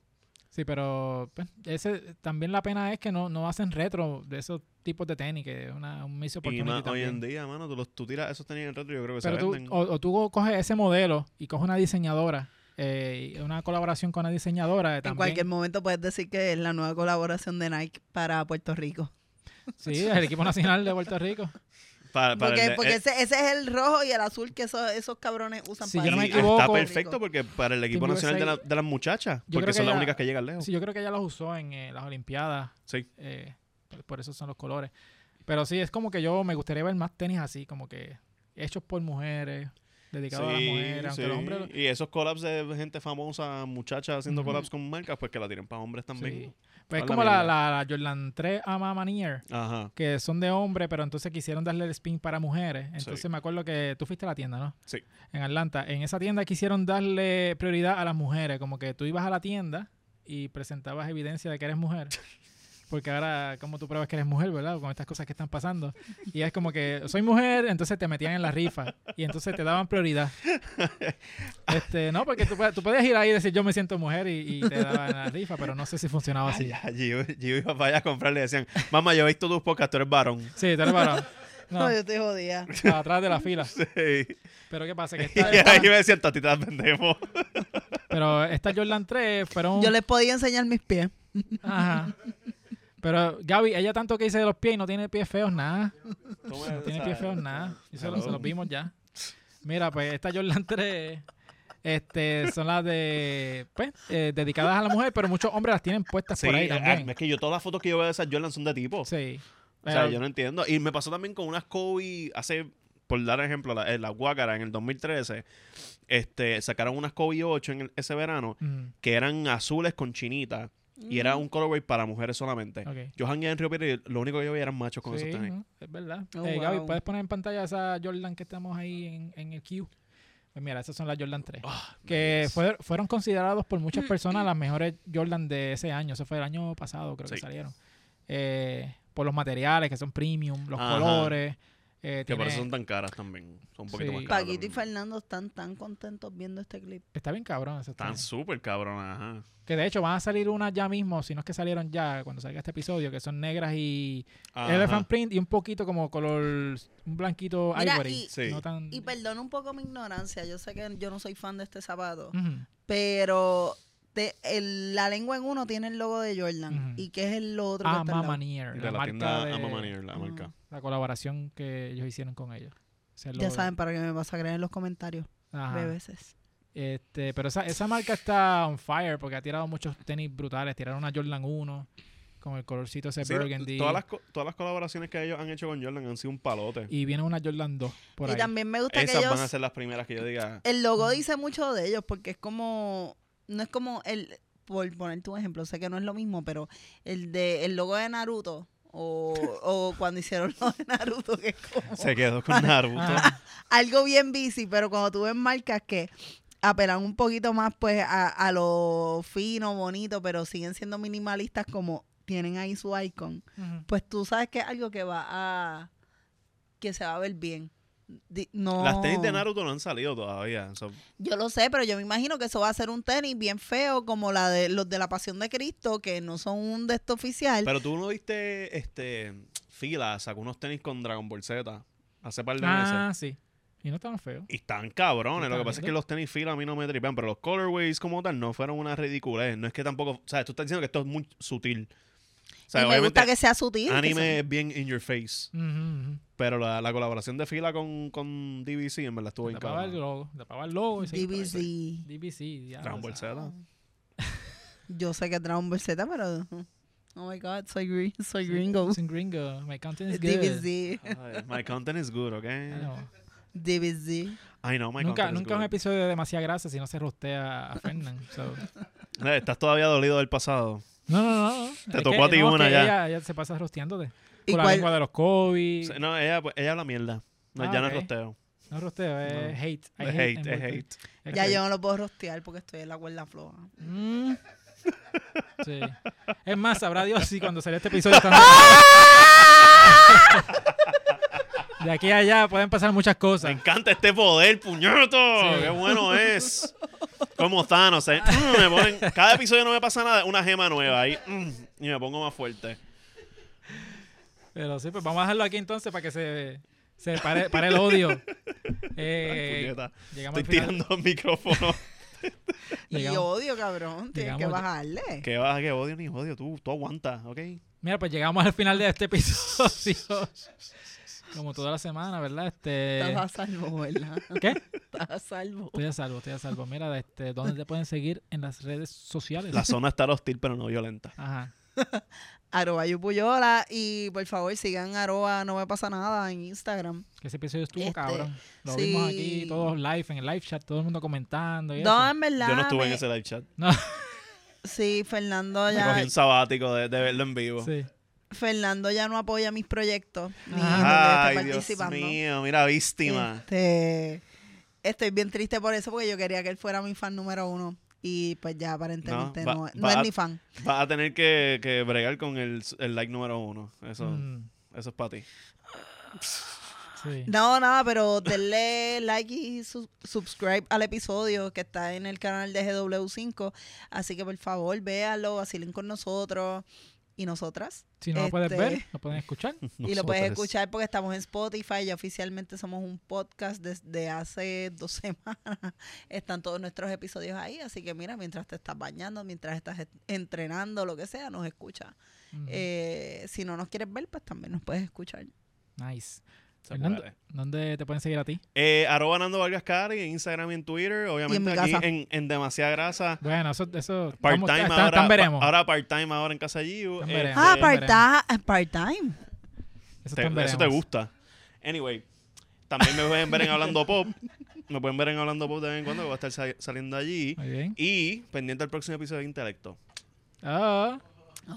Speaker 1: Sí, pero pues, ese también la pena es que no, no hacen retro de esos tipos de tenis, que es una, un miss
Speaker 3: Y
Speaker 1: opportunity
Speaker 3: ma- hoy
Speaker 1: también.
Speaker 3: en día, mano, tú, los, tú tiras esos tenis en el retro y yo creo que
Speaker 1: pero
Speaker 3: se
Speaker 1: tú,
Speaker 3: venden.
Speaker 1: o, o tú coges ese modelo y coges una diseñadora, eh, y una colaboración con una diseñadora. eh,
Speaker 2: En
Speaker 1: también.
Speaker 2: cualquier momento puedes decir que es la nueva colaboración de Nike para Puerto Rico.
Speaker 1: Sí, el equipo nacional de Puerto Rico.
Speaker 3: Para, para
Speaker 2: porque
Speaker 3: el-
Speaker 2: porque
Speaker 3: eh,
Speaker 2: ese, ese es el rojo y el azul que esos, esos cabrones usan
Speaker 1: Si yo no me
Speaker 3: y Está
Speaker 1: equivoco-
Speaker 3: perfecto porque para el equipo
Speaker 1: Team
Speaker 3: nacional de,
Speaker 1: USA
Speaker 3: la- de las muchachas,
Speaker 1: Yo
Speaker 3: porque
Speaker 1: creo que
Speaker 3: son las
Speaker 1: ya-
Speaker 3: únicas que llegan lejos.
Speaker 1: Sí, yo creo que ya los usó en eh, las Olimpiadas.
Speaker 3: Sí.
Speaker 1: eh, por, por eso son los colores. Pero sí, es como que yo me gustaría ver más tenis así, como que hechos por mujeres, dedicados a las
Speaker 3: Sí,
Speaker 1: mujeres, aunque los
Speaker 3: sí.
Speaker 1: hombres...
Speaker 3: Y esos collabs de gente famosa, muchachas haciendo
Speaker 1: Ujú.
Speaker 3: collabs con marcas, pues que la tienen para hombres también.
Speaker 1: Sí. Pues
Speaker 3: Habla
Speaker 1: es como la,
Speaker 3: mierda.
Speaker 1: la, la Jordan 3 Ama Manier,
Speaker 3: Ajá,
Speaker 1: que son de hombre, pero entonces quisieron darle el spin para mujeres. Entonces
Speaker 3: Sí.
Speaker 1: me acuerdo que tú fuiste a la tienda, ¿no?
Speaker 3: Sí.
Speaker 1: En Atlanta. En esa tienda quisieron darle prioridad a las mujeres, como que tú ibas a la tienda y presentabas evidencia de que eres mujer. Porque ahora, como tú pruebas que eres mujer, ¿verdad? Con estas cosas que están pasando. Y es como que soy mujer, entonces te metían en la rifa. Y entonces te daban prioridad. Este, no, porque tú, puedes- tú podías ir ahí y decir yo me siento mujer y, y te daban la rifa, pero no sé si funcionaba así.
Speaker 3: Allá, Ah, Gio, Gio iba para allá a comprar, le decían, mamá, yo he visto tus podcasts, tú eres varón.
Speaker 1: Sí, tú eres varón. No,
Speaker 2: No, yo te jodía.
Speaker 1: atrás de la fila.
Speaker 3: Sí. Y
Speaker 1: Pero qué pasa, que esta,
Speaker 3: ahí me decían, tatitas vendemos.
Speaker 1: pero esta Jordan 3 fueron...
Speaker 2: Yo les podía enseñar mis pies.
Speaker 1: Ajá. Pero Gaby, ella tanto que dice de los pies y no tiene pies feos nada.
Speaker 3: Ah,
Speaker 1: No tiene pies feos nada. Y se, lo- se los vimos ya. Mira, pues esta Jordan 3 este, son las de... Pues, eh, dedicadas a la mujer, pero muchos hombres las tienen puestas
Speaker 3: Sí,
Speaker 1: por ahí
Speaker 3: ah,
Speaker 1: también.
Speaker 3: es que yo todas las fotos que yo veo de esas Jordan son de tipo.
Speaker 1: Sí.
Speaker 3: O sea,
Speaker 1: Pero-
Speaker 3: yo no entiendo. Y me pasó también con unas Kobe hace, por dar ejemplo, la, eh, la Guácara en el 2013. Este, sacaron unas Kobe 8 en el- ese verano
Speaker 1: Mm,
Speaker 3: que eran azules con chinita y era un colorway para mujeres solamente.
Speaker 1: ok.
Speaker 3: Yo hangué en Río Piedra y lo único que yo veía eran machos Eh, con
Speaker 1: Sí,
Speaker 3: esos tenis.
Speaker 1: ¿no? Es verdad.
Speaker 2: Oh,
Speaker 1: Eh, Gaby,
Speaker 2: wow.
Speaker 1: ¿puedes poner en pantalla esa Jordan que estamos ahí en, en el queue? Pues mira, esas son las Jordan 3.
Speaker 3: Ah,
Speaker 1: que
Speaker 3: nice.
Speaker 1: fue- fueron considerados por
Speaker 2: Mm,
Speaker 1: muchas personas las mejores Jordan de ese año. Eso fue el año pasado, creo que
Speaker 3: Sí.
Speaker 1: salieron. Eh, por los materiales, que son premium, los
Speaker 3: Ajá.
Speaker 1: colores. eh,
Speaker 3: Que por
Speaker 1: tiene-
Speaker 3: eso son tan caras también. Son un poquito
Speaker 1: Sí.
Speaker 3: más caras.
Speaker 2: Paquito y
Speaker 3: también.
Speaker 2: Fernando están tan contentos viendo este clip.
Speaker 1: Está bien cabrón esos
Speaker 3: Están
Speaker 1: tenis.
Speaker 3: súper cabrón, ajá.
Speaker 1: Que de hecho van a salir unas ya mismo, si no es que salieron ya cuando salga este episodio, que son negras y
Speaker 3: Ajá.
Speaker 1: elephant print y un poquito como color, un blanquito
Speaker 2: Mira,
Speaker 1: ivory.
Speaker 2: y-
Speaker 3: Sí.
Speaker 1: No tan-
Speaker 2: Y perdona un poco mi ignorancia. Yo sé que yo no soy fan de este zapato.
Speaker 1: Ujú.
Speaker 2: Pero te- el- la lengua en uno tiene el logo de Jordan.
Speaker 1: Ujú. Ah,
Speaker 2: ¿Y qué es el otro? que está al
Speaker 1: Ama
Speaker 2: lado?
Speaker 1: Manier,
Speaker 3: De
Speaker 1: la,
Speaker 3: la,
Speaker 1: marca
Speaker 3: tienda
Speaker 1: de
Speaker 3: Ama Manier, la
Speaker 2: Mm.
Speaker 3: marca.
Speaker 1: la colaboración que ellos hicieron con ellos. Ese es lo
Speaker 2: Ya
Speaker 1: de-
Speaker 2: saben para qué me vas a creer en los comentarios.
Speaker 1: Ajá.
Speaker 2: Bebeses.
Speaker 1: Este, pero esa, esa marca está on fire porque ha tirado muchos tenis brutales. Tiraron una Jordan 1 con el colorcito ese
Speaker 3: Sí,
Speaker 1: burgundy.
Speaker 3: todas, las, co- todas las colaboraciones que ellos han hecho con Jordan han sido un palote.
Speaker 1: Y viene una Jordan 2 por
Speaker 2: y
Speaker 1: ahí.
Speaker 2: también me gusta que
Speaker 3: Esas
Speaker 2: ellos.
Speaker 3: van a ser las primeras que yo diga.
Speaker 2: El logo
Speaker 1: Ujú.
Speaker 2: dice mucho de ellos porque es como. No es como el. Por ponerte un ejemplo, sé que no es lo mismo, pero el de el logo de Naruto. O, o cuando hicieron lo de Naruto, que es como.
Speaker 3: Se quedó
Speaker 2: Ah,
Speaker 3: con Naruto.
Speaker 1: Ajá.
Speaker 2: algo bien bici, pero cuando tú ves marcas que apelan un poquito más pues a, a lo fino, bonito, pero siguen siendo minimalistas como tienen ahí su icon,
Speaker 1: Ujú.
Speaker 2: pues tú sabes que es algo que va a que se va a ver bien. Di- no.
Speaker 3: Las tenis de Naruto no han salido todavía. so-
Speaker 2: Yo lo sé, pero yo me imagino que eso va a ser un tenis bien feo como la de los de la Pasión de Cristo que no son un de esto oficial.
Speaker 3: pero tú no viste este fila, sacó unos tenis con Dragon Ball Z hace par de meses.
Speaker 1: Ah, sí. Y no tan feo.
Speaker 3: Y están cabrones.
Speaker 1: Sí,
Speaker 3: Lo que
Speaker 1: están
Speaker 3: pasa es que
Speaker 1: lindos.
Speaker 3: los tenis fila a mí no me tripean, pero los colorways como tal no fueron una ridiculez. No es que tampoco. O sea, tú estás diciendo que esto es muy sutil. O sea,
Speaker 2: y me
Speaker 3: obviamente,
Speaker 2: gusta que sea sutil. que
Speaker 3: anime
Speaker 2: sea-
Speaker 3: es bien in your face.
Speaker 1: Ujú, ujú.
Speaker 3: Pero la, la colaboración de fila con, con DBC en verdad estuvo bien
Speaker 1: Tapaba el
Speaker 3: cabrón.
Speaker 1: logo. Tapaba el logo. Y seguía por ahí.
Speaker 2: DBZ.
Speaker 1: DBC. ya,
Speaker 3: Dragon Ball
Speaker 1: o sea,
Speaker 3: Z.
Speaker 2: Yo sé que es Dragon Ball Z, pero. Oh my god, soy, gri- soy gringo.
Speaker 1: It's in gringo. My content is good.
Speaker 2: DBZ.
Speaker 3: Ay, My content is good, ¿ok?
Speaker 1: I know.
Speaker 2: DBZ.
Speaker 3: I know my
Speaker 1: Nunca,
Speaker 3: content is
Speaker 1: nunca un
Speaker 3: good.
Speaker 1: episodio de demasiada grasa si no se rostea a Fernan. so.
Speaker 3: Eh, Estás todavía dolido del pasado.
Speaker 1: No, no, no.
Speaker 3: Te
Speaker 1: Es
Speaker 3: tocó
Speaker 1: que-
Speaker 3: a ti
Speaker 1: no, es
Speaker 3: una
Speaker 1: que
Speaker 3: ya.
Speaker 1: Ella, ella se pasa rosteándote.
Speaker 2: ¿Y
Speaker 1: Con la
Speaker 2: cuál-
Speaker 1: lengua de los Kobe.
Speaker 3: Se- No, ella, pues, ella habla mierda. No,
Speaker 1: Ah,
Speaker 3: ya no
Speaker 1: ok.
Speaker 3: es rosteo.
Speaker 1: No es rosteo, es
Speaker 3: No.
Speaker 1: hate. I
Speaker 3: Es hate,
Speaker 1: en
Speaker 3: es
Speaker 1: Puerto-
Speaker 3: hate.
Speaker 1: es
Speaker 2: Ya
Speaker 1: hate.
Speaker 2: yo no lo puedo rostear porque estoy en la cuerda floja.
Speaker 1: Mm. Sí. Es más, sabrá Dios si cuando sale este episodio están- De aquí a allá pueden pasar muchas
Speaker 3: Me
Speaker 1: cosas.
Speaker 3: encanta este poder, puñeto.
Speaker 1: Sí.
Speaker 3: Qué bueno es. Como Thanos. eh. Mm, me ponen- cada episodio no me pasa nada. Una gema nueva ahí. mm, y me pongo más fuerte.
Speaker 1: Pero sí, pues vamos a dejarlo aquí entonces para que se, se pare, pare el odio.
Speaker 3: Ay,
Speaker 1: Eh,
Speaker 3: puñeta.
Speaker 1: llegamos
Speaker 3: Estoy
Speaker 1: al final.
Speaker 3: tirando el micrófono.
Speaker 2: Y
Speaker 1: Llegamos.
Speaker 2: odio, cabrón. Tienes que
Speaker 1: Llegamos ya.
Speaker 2: bajarle.
Speaker 3: que va, que odio ni odio. Tú, tú aguantas, ¿ok?
Speaker 1: Mira, pues llegamos al final de este episodio. como toda la semana, ¿verdad? Este,
Speaker 2: Estás a salvo, ¿verdad?
Speaker 1: ¿Qué?
Speaker 2: Estás a salvo.
Speaker 1: Estoy a salvo, estoy a salvo. Mira, este, ¿dónde te pueden seguir en las redes sociales?
Speaker 3: La zona está hostil, pero no violenta.
Speaker 1: Ajá.
Speaker 2: Aroa Yupuyola. Y por favor, sigan Aroa, no me pasa nada en Instagram.
Speaker 1: Que ese episodio estuvo
Speaker 2: Este,
Speaker 1: cabrón. Lo vimos
Speaker 2: sí.
Speaker 1: aquí todos live, en el live chat, todo el mundo comentando y
Speaker 2: No,
Speaker 1: eso.
Speaker 2: en verdad.
Speaker 3: Yo no estuve en
Speaker 2: me-
Speaker 3: ese live chat.
Speaker 2: Sí, Fernando
Speaker 3: Me
Speaker 2: ya,
Speaker 3: cogí un sabático de, de verlo en vivo.
Speaker 1: Sí.
Speaker 2: Fernando ya no apoya mis proyectos. Ni
Speaker 1: Ah,
Speaker 2: donde
Speaker 3: Ay,
Speaker 2: esté
Speaker 3: Dios
Speaker 2: participando.
Speaker 3: mío, mira, víctima.
Speaker 2: Este, estoy bien triste por eso porque yo quería que él fuera mi fan número uno. Y pues ya aparentemente
Speaker 3: va-
Speaker 2: no, no
Speaker 3: va-
Speaker 2: es mi fan.
Speaker 3: Vas a tener que, que bregar con el, el like número uno. Eso,
Speaker 1: Mm,
Speaker 3: eso es para ti.
Speaker 1: sí.
Speaker 2: No, nada, pero denle like y su- subscribe al episodio que está en el canal de GW5. Así que por favor, véalo, vacilen con nosotros y nosotras.
Speaker 1: Si no lo puedes
Speaker 2: este-
Speaker 1: ver, lo pueden escuchar.
Speaker 2: Y lo puedes
Speaker 3: Nosotros.
Speaker 2: escuchar porque estamos en Spotify. Ya oficialmente somos un podcast desde hace dos semanas. Están todos nuestros episodios ahí. Así que mira, mientras te estás bañando, mientras estás est- entrenando, lo que sea, nos escucha.
Speaker 1: Ujú.
Speaker 2: Eh, si no nos quieres ver, pues también nos puedes escuchar.
Speaker 1: nice.
Speaker 3: Se
Speaker 1: Fernando,
Speaker 3: puede.
Speaker 1: ¿dónde te pueden seguir a ti?
Speaker 3: Eh, arroba Nando Vargas Cari en Instagram y en Twitter. Obviamente
Speaker 2: mi
Speaker 3: aquí
Speaker 2: casa.
Speaker 3: en, en Demasiada Grasa.
Speaker 1: Bueno, eso, eso vamos-
Speaker 3: Part-time
Speaker 1: está-
Speaker 3: ahora.
Speaker 1: están veremos.
Speaker 3: pa- Ahora part-time ahora en Casa Giu.
Speaker 1: Están veremos.
Speaker 2: Ah,
Speaker 1: Sí,
Speaker 3: Este,
Speaker 1: part-
Speaker 2: part-time. part-time.
Speaker 1: eso,
Speaker 3: te-
Speaker 1: están
Speaker 3: eso te
Speaker 1: veremos.
Speaker 3: gusta. Anyway, también me pueden ver en Hablando Pop. Me pueden ver en Hablando Pop de vez en cuando, que voy a estar sa- saliendo allí.
Speaker 1: Muy bien.
Speaker 3: Y pendiente al próximo episodio de Intelecto.
Speaker 1: Ah,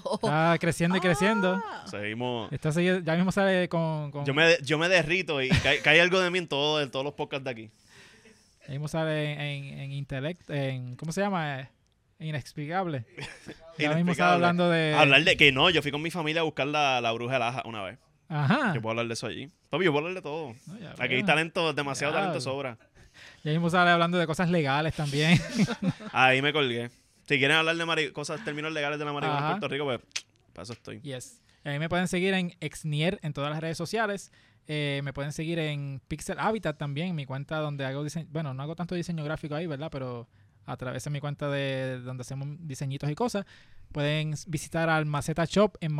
Speaker 1: está creciendo y creciendo.
Speaker 2: Oh. Ah.
Speaker 3: Seguimos.
Speaker 1: Está segui- ya mismo sale con, con-
Speaker 3: Yo me, de- yo me derrito y cae, cae algo de mí en, todo, en todos los podcasts de aquí.
Speaker 1: ya mismo sale en, en, en Intellect, en ¿cómo se llama? Eh, Inexplicable. Ya mismo
Speaker 3: Inexplicable.
Speaker 1: estaba hablando de
Speaker 3: Hablar de que no, yo fui con mi familia a buscar la, la bruja de Laja una vez.
Speaker 1: Ajá.
Speaker 3: Yo puedo hablar de eso allí. Papi, yo puedo hablar de todo.
Speaker 1: No, ya
Speaker 3: Aquí
Speaker 1: veo.
Speaker 3: hay talento, demasiado
Speaker 1: Ya.
Speaker 3: talento sobra.
Speaker 1: Ya mismo sale hablando de cosas legales también.
Speaker 3: Ahí me colgué. Si quieren hablar de mari- cosas, términos legales de la marihuana
Speaker 1: Ajá.
Speaker 3: en Puerto Rico, pues para eso estoy.
Speaker 1: Yes. A mí me pueden seguir en Exnier en todas las redes sociales. Eh, me pueden seguir en Pixel Habitat también, mi cuenta donde hago diseño. Bueno, no hago tanto diseño gráfico ahí, ¿verdad? Pero a través de mi cuenta de donde hacemos diseñitos y cosas. Pueden s- visitar al Maceta Shop en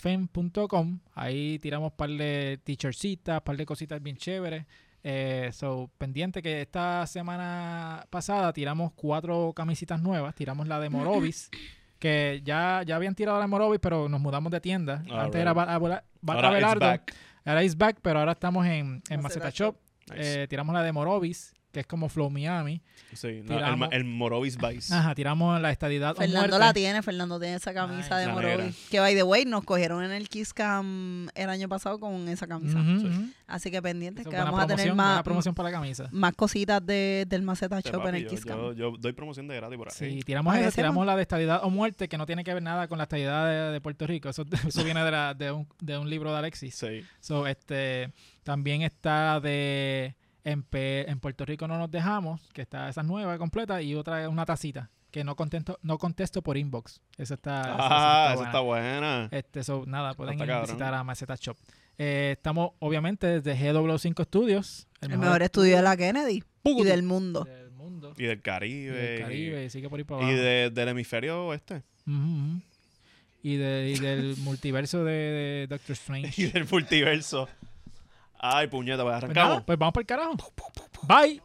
Speaker 1: macetaminofen.com. Ahí tiramos par de t-shirtsitas, par de cositas bien chéveres. Eh, so, pendiente que esta semana pasada tiramos cuatro camisitas nuevas. Tiramos la de Morovis, que ya, ya habían tirado la de Morovis, pero nos mudamos de tienda.
Speaker 3: Ah,
Speaker 1: Antes
Speaker 3: right.
Speaker 1: era Bata Bata- Bata
Speaker 3: Ahora it's
Speaker 1: Belardo.
Speaker 3: back.
Speaker 1: Ahora it's back, pero ahora estamos en, en Maceta
Speaker 2: Maceta
Speaker 1: Shop.
Speaker 3: Nice.
Speaker 1: Eh, tiramos la de Morovis, que es como Flow Miami.
Speaker 3: sí, no, el,
Speaker 1: tiramos-
Speaker 3: ma- el Morovis Vice.
Speaker 1: Ajá, tiramos la estadidad. o
Speaker 2: Fernando
Speaker 1: muerte.
Speaker 2: la tiene, Fernando tiene esa camisa
Speaker 1: Ay,
Speaker 2: de
Speaker 3: la
Speaker 2: Morovis.
Speaker 3: negra.
Speaker 2: Que by the way, nos cogieron en el Kiss Cam el año pasado con esa camisa.
Speaker 1: Ujú,
Speaker 3: Sí.
Speaker 1: ujú.
Speaker 2: Así que pendientes
Speaker 1: Eso,
Speaker 2: que
Speaker 1: buena
Speaker 2: vamos a tener
Speaker 1: promoción,
Speaker 2: más,
Speaker 1: buena promoción para la camisa.
Speaker 2: más cositas de- del Maceta
Speaker 3: Este,
Speaker 2: Shop en
Speaker 3: papi,
Speaker 2: el
Speaker 3: yo,
Speaker 2: Kiss Cam.
Speaker 3: yo, yo doy promoción de gratis por ahí.
Speaker 1: Sí, tiramos
Speaker 2: Para que
Speaker 1: eso, tiramos
Speaker 2: sepan.
Speaker 1: la de estadidad o muerte, que no tiene que ver nada con la estadidad de, de Puerto Rico. Eso, eso viene de, la- de un, de un libro de Alexis.
Speaker 3: Sí.
Speaker 1: So, este, también está de en, Pe- en Puerto Rico no nos dejamos, que está esa es nueva completa, y otra es una tacita, que no contento, no contesto por inbox. Esa está, esa-
Speaker 3: Ah,
Speaker 1: esa
Speaker 3: esa está
Speaker 1: buena.
Speaker 3: buena.
Speaker 1: Este, so, nada, pueden
Speaker 3: está
Speaker 1: ir a
Speaker 3: cabrón.
Speaker 1: visitar a Maceta Shop. Eh, estamos, obviamente, desde GW5 Studios,
Speaker 2: el mejor, estudio de la Kennedy y
Speaker 1: Pucutu.
Speaker 2: del mundo.
Speaker 1: del mundo
Speaker 3: Y del
Speaker 1: y
Speaker 3: Caribe.
Speaker 1: del Caribe, y sigue por ahí para
Speaker 3: y
Speaker 1: abajo.
Speaker 3: de- del hemisferio oeste.
Speaker 1: Ujú, ujú. Y, de- y del multiverso de, de Doctor Strange.
Speaker 3: Y del multiverso. Ay, puñeta, pues
Speaker 1: Pues, nada,
Speaker 3: arrancamos.
Speaker 1: pues vamos para el carajo. Bye.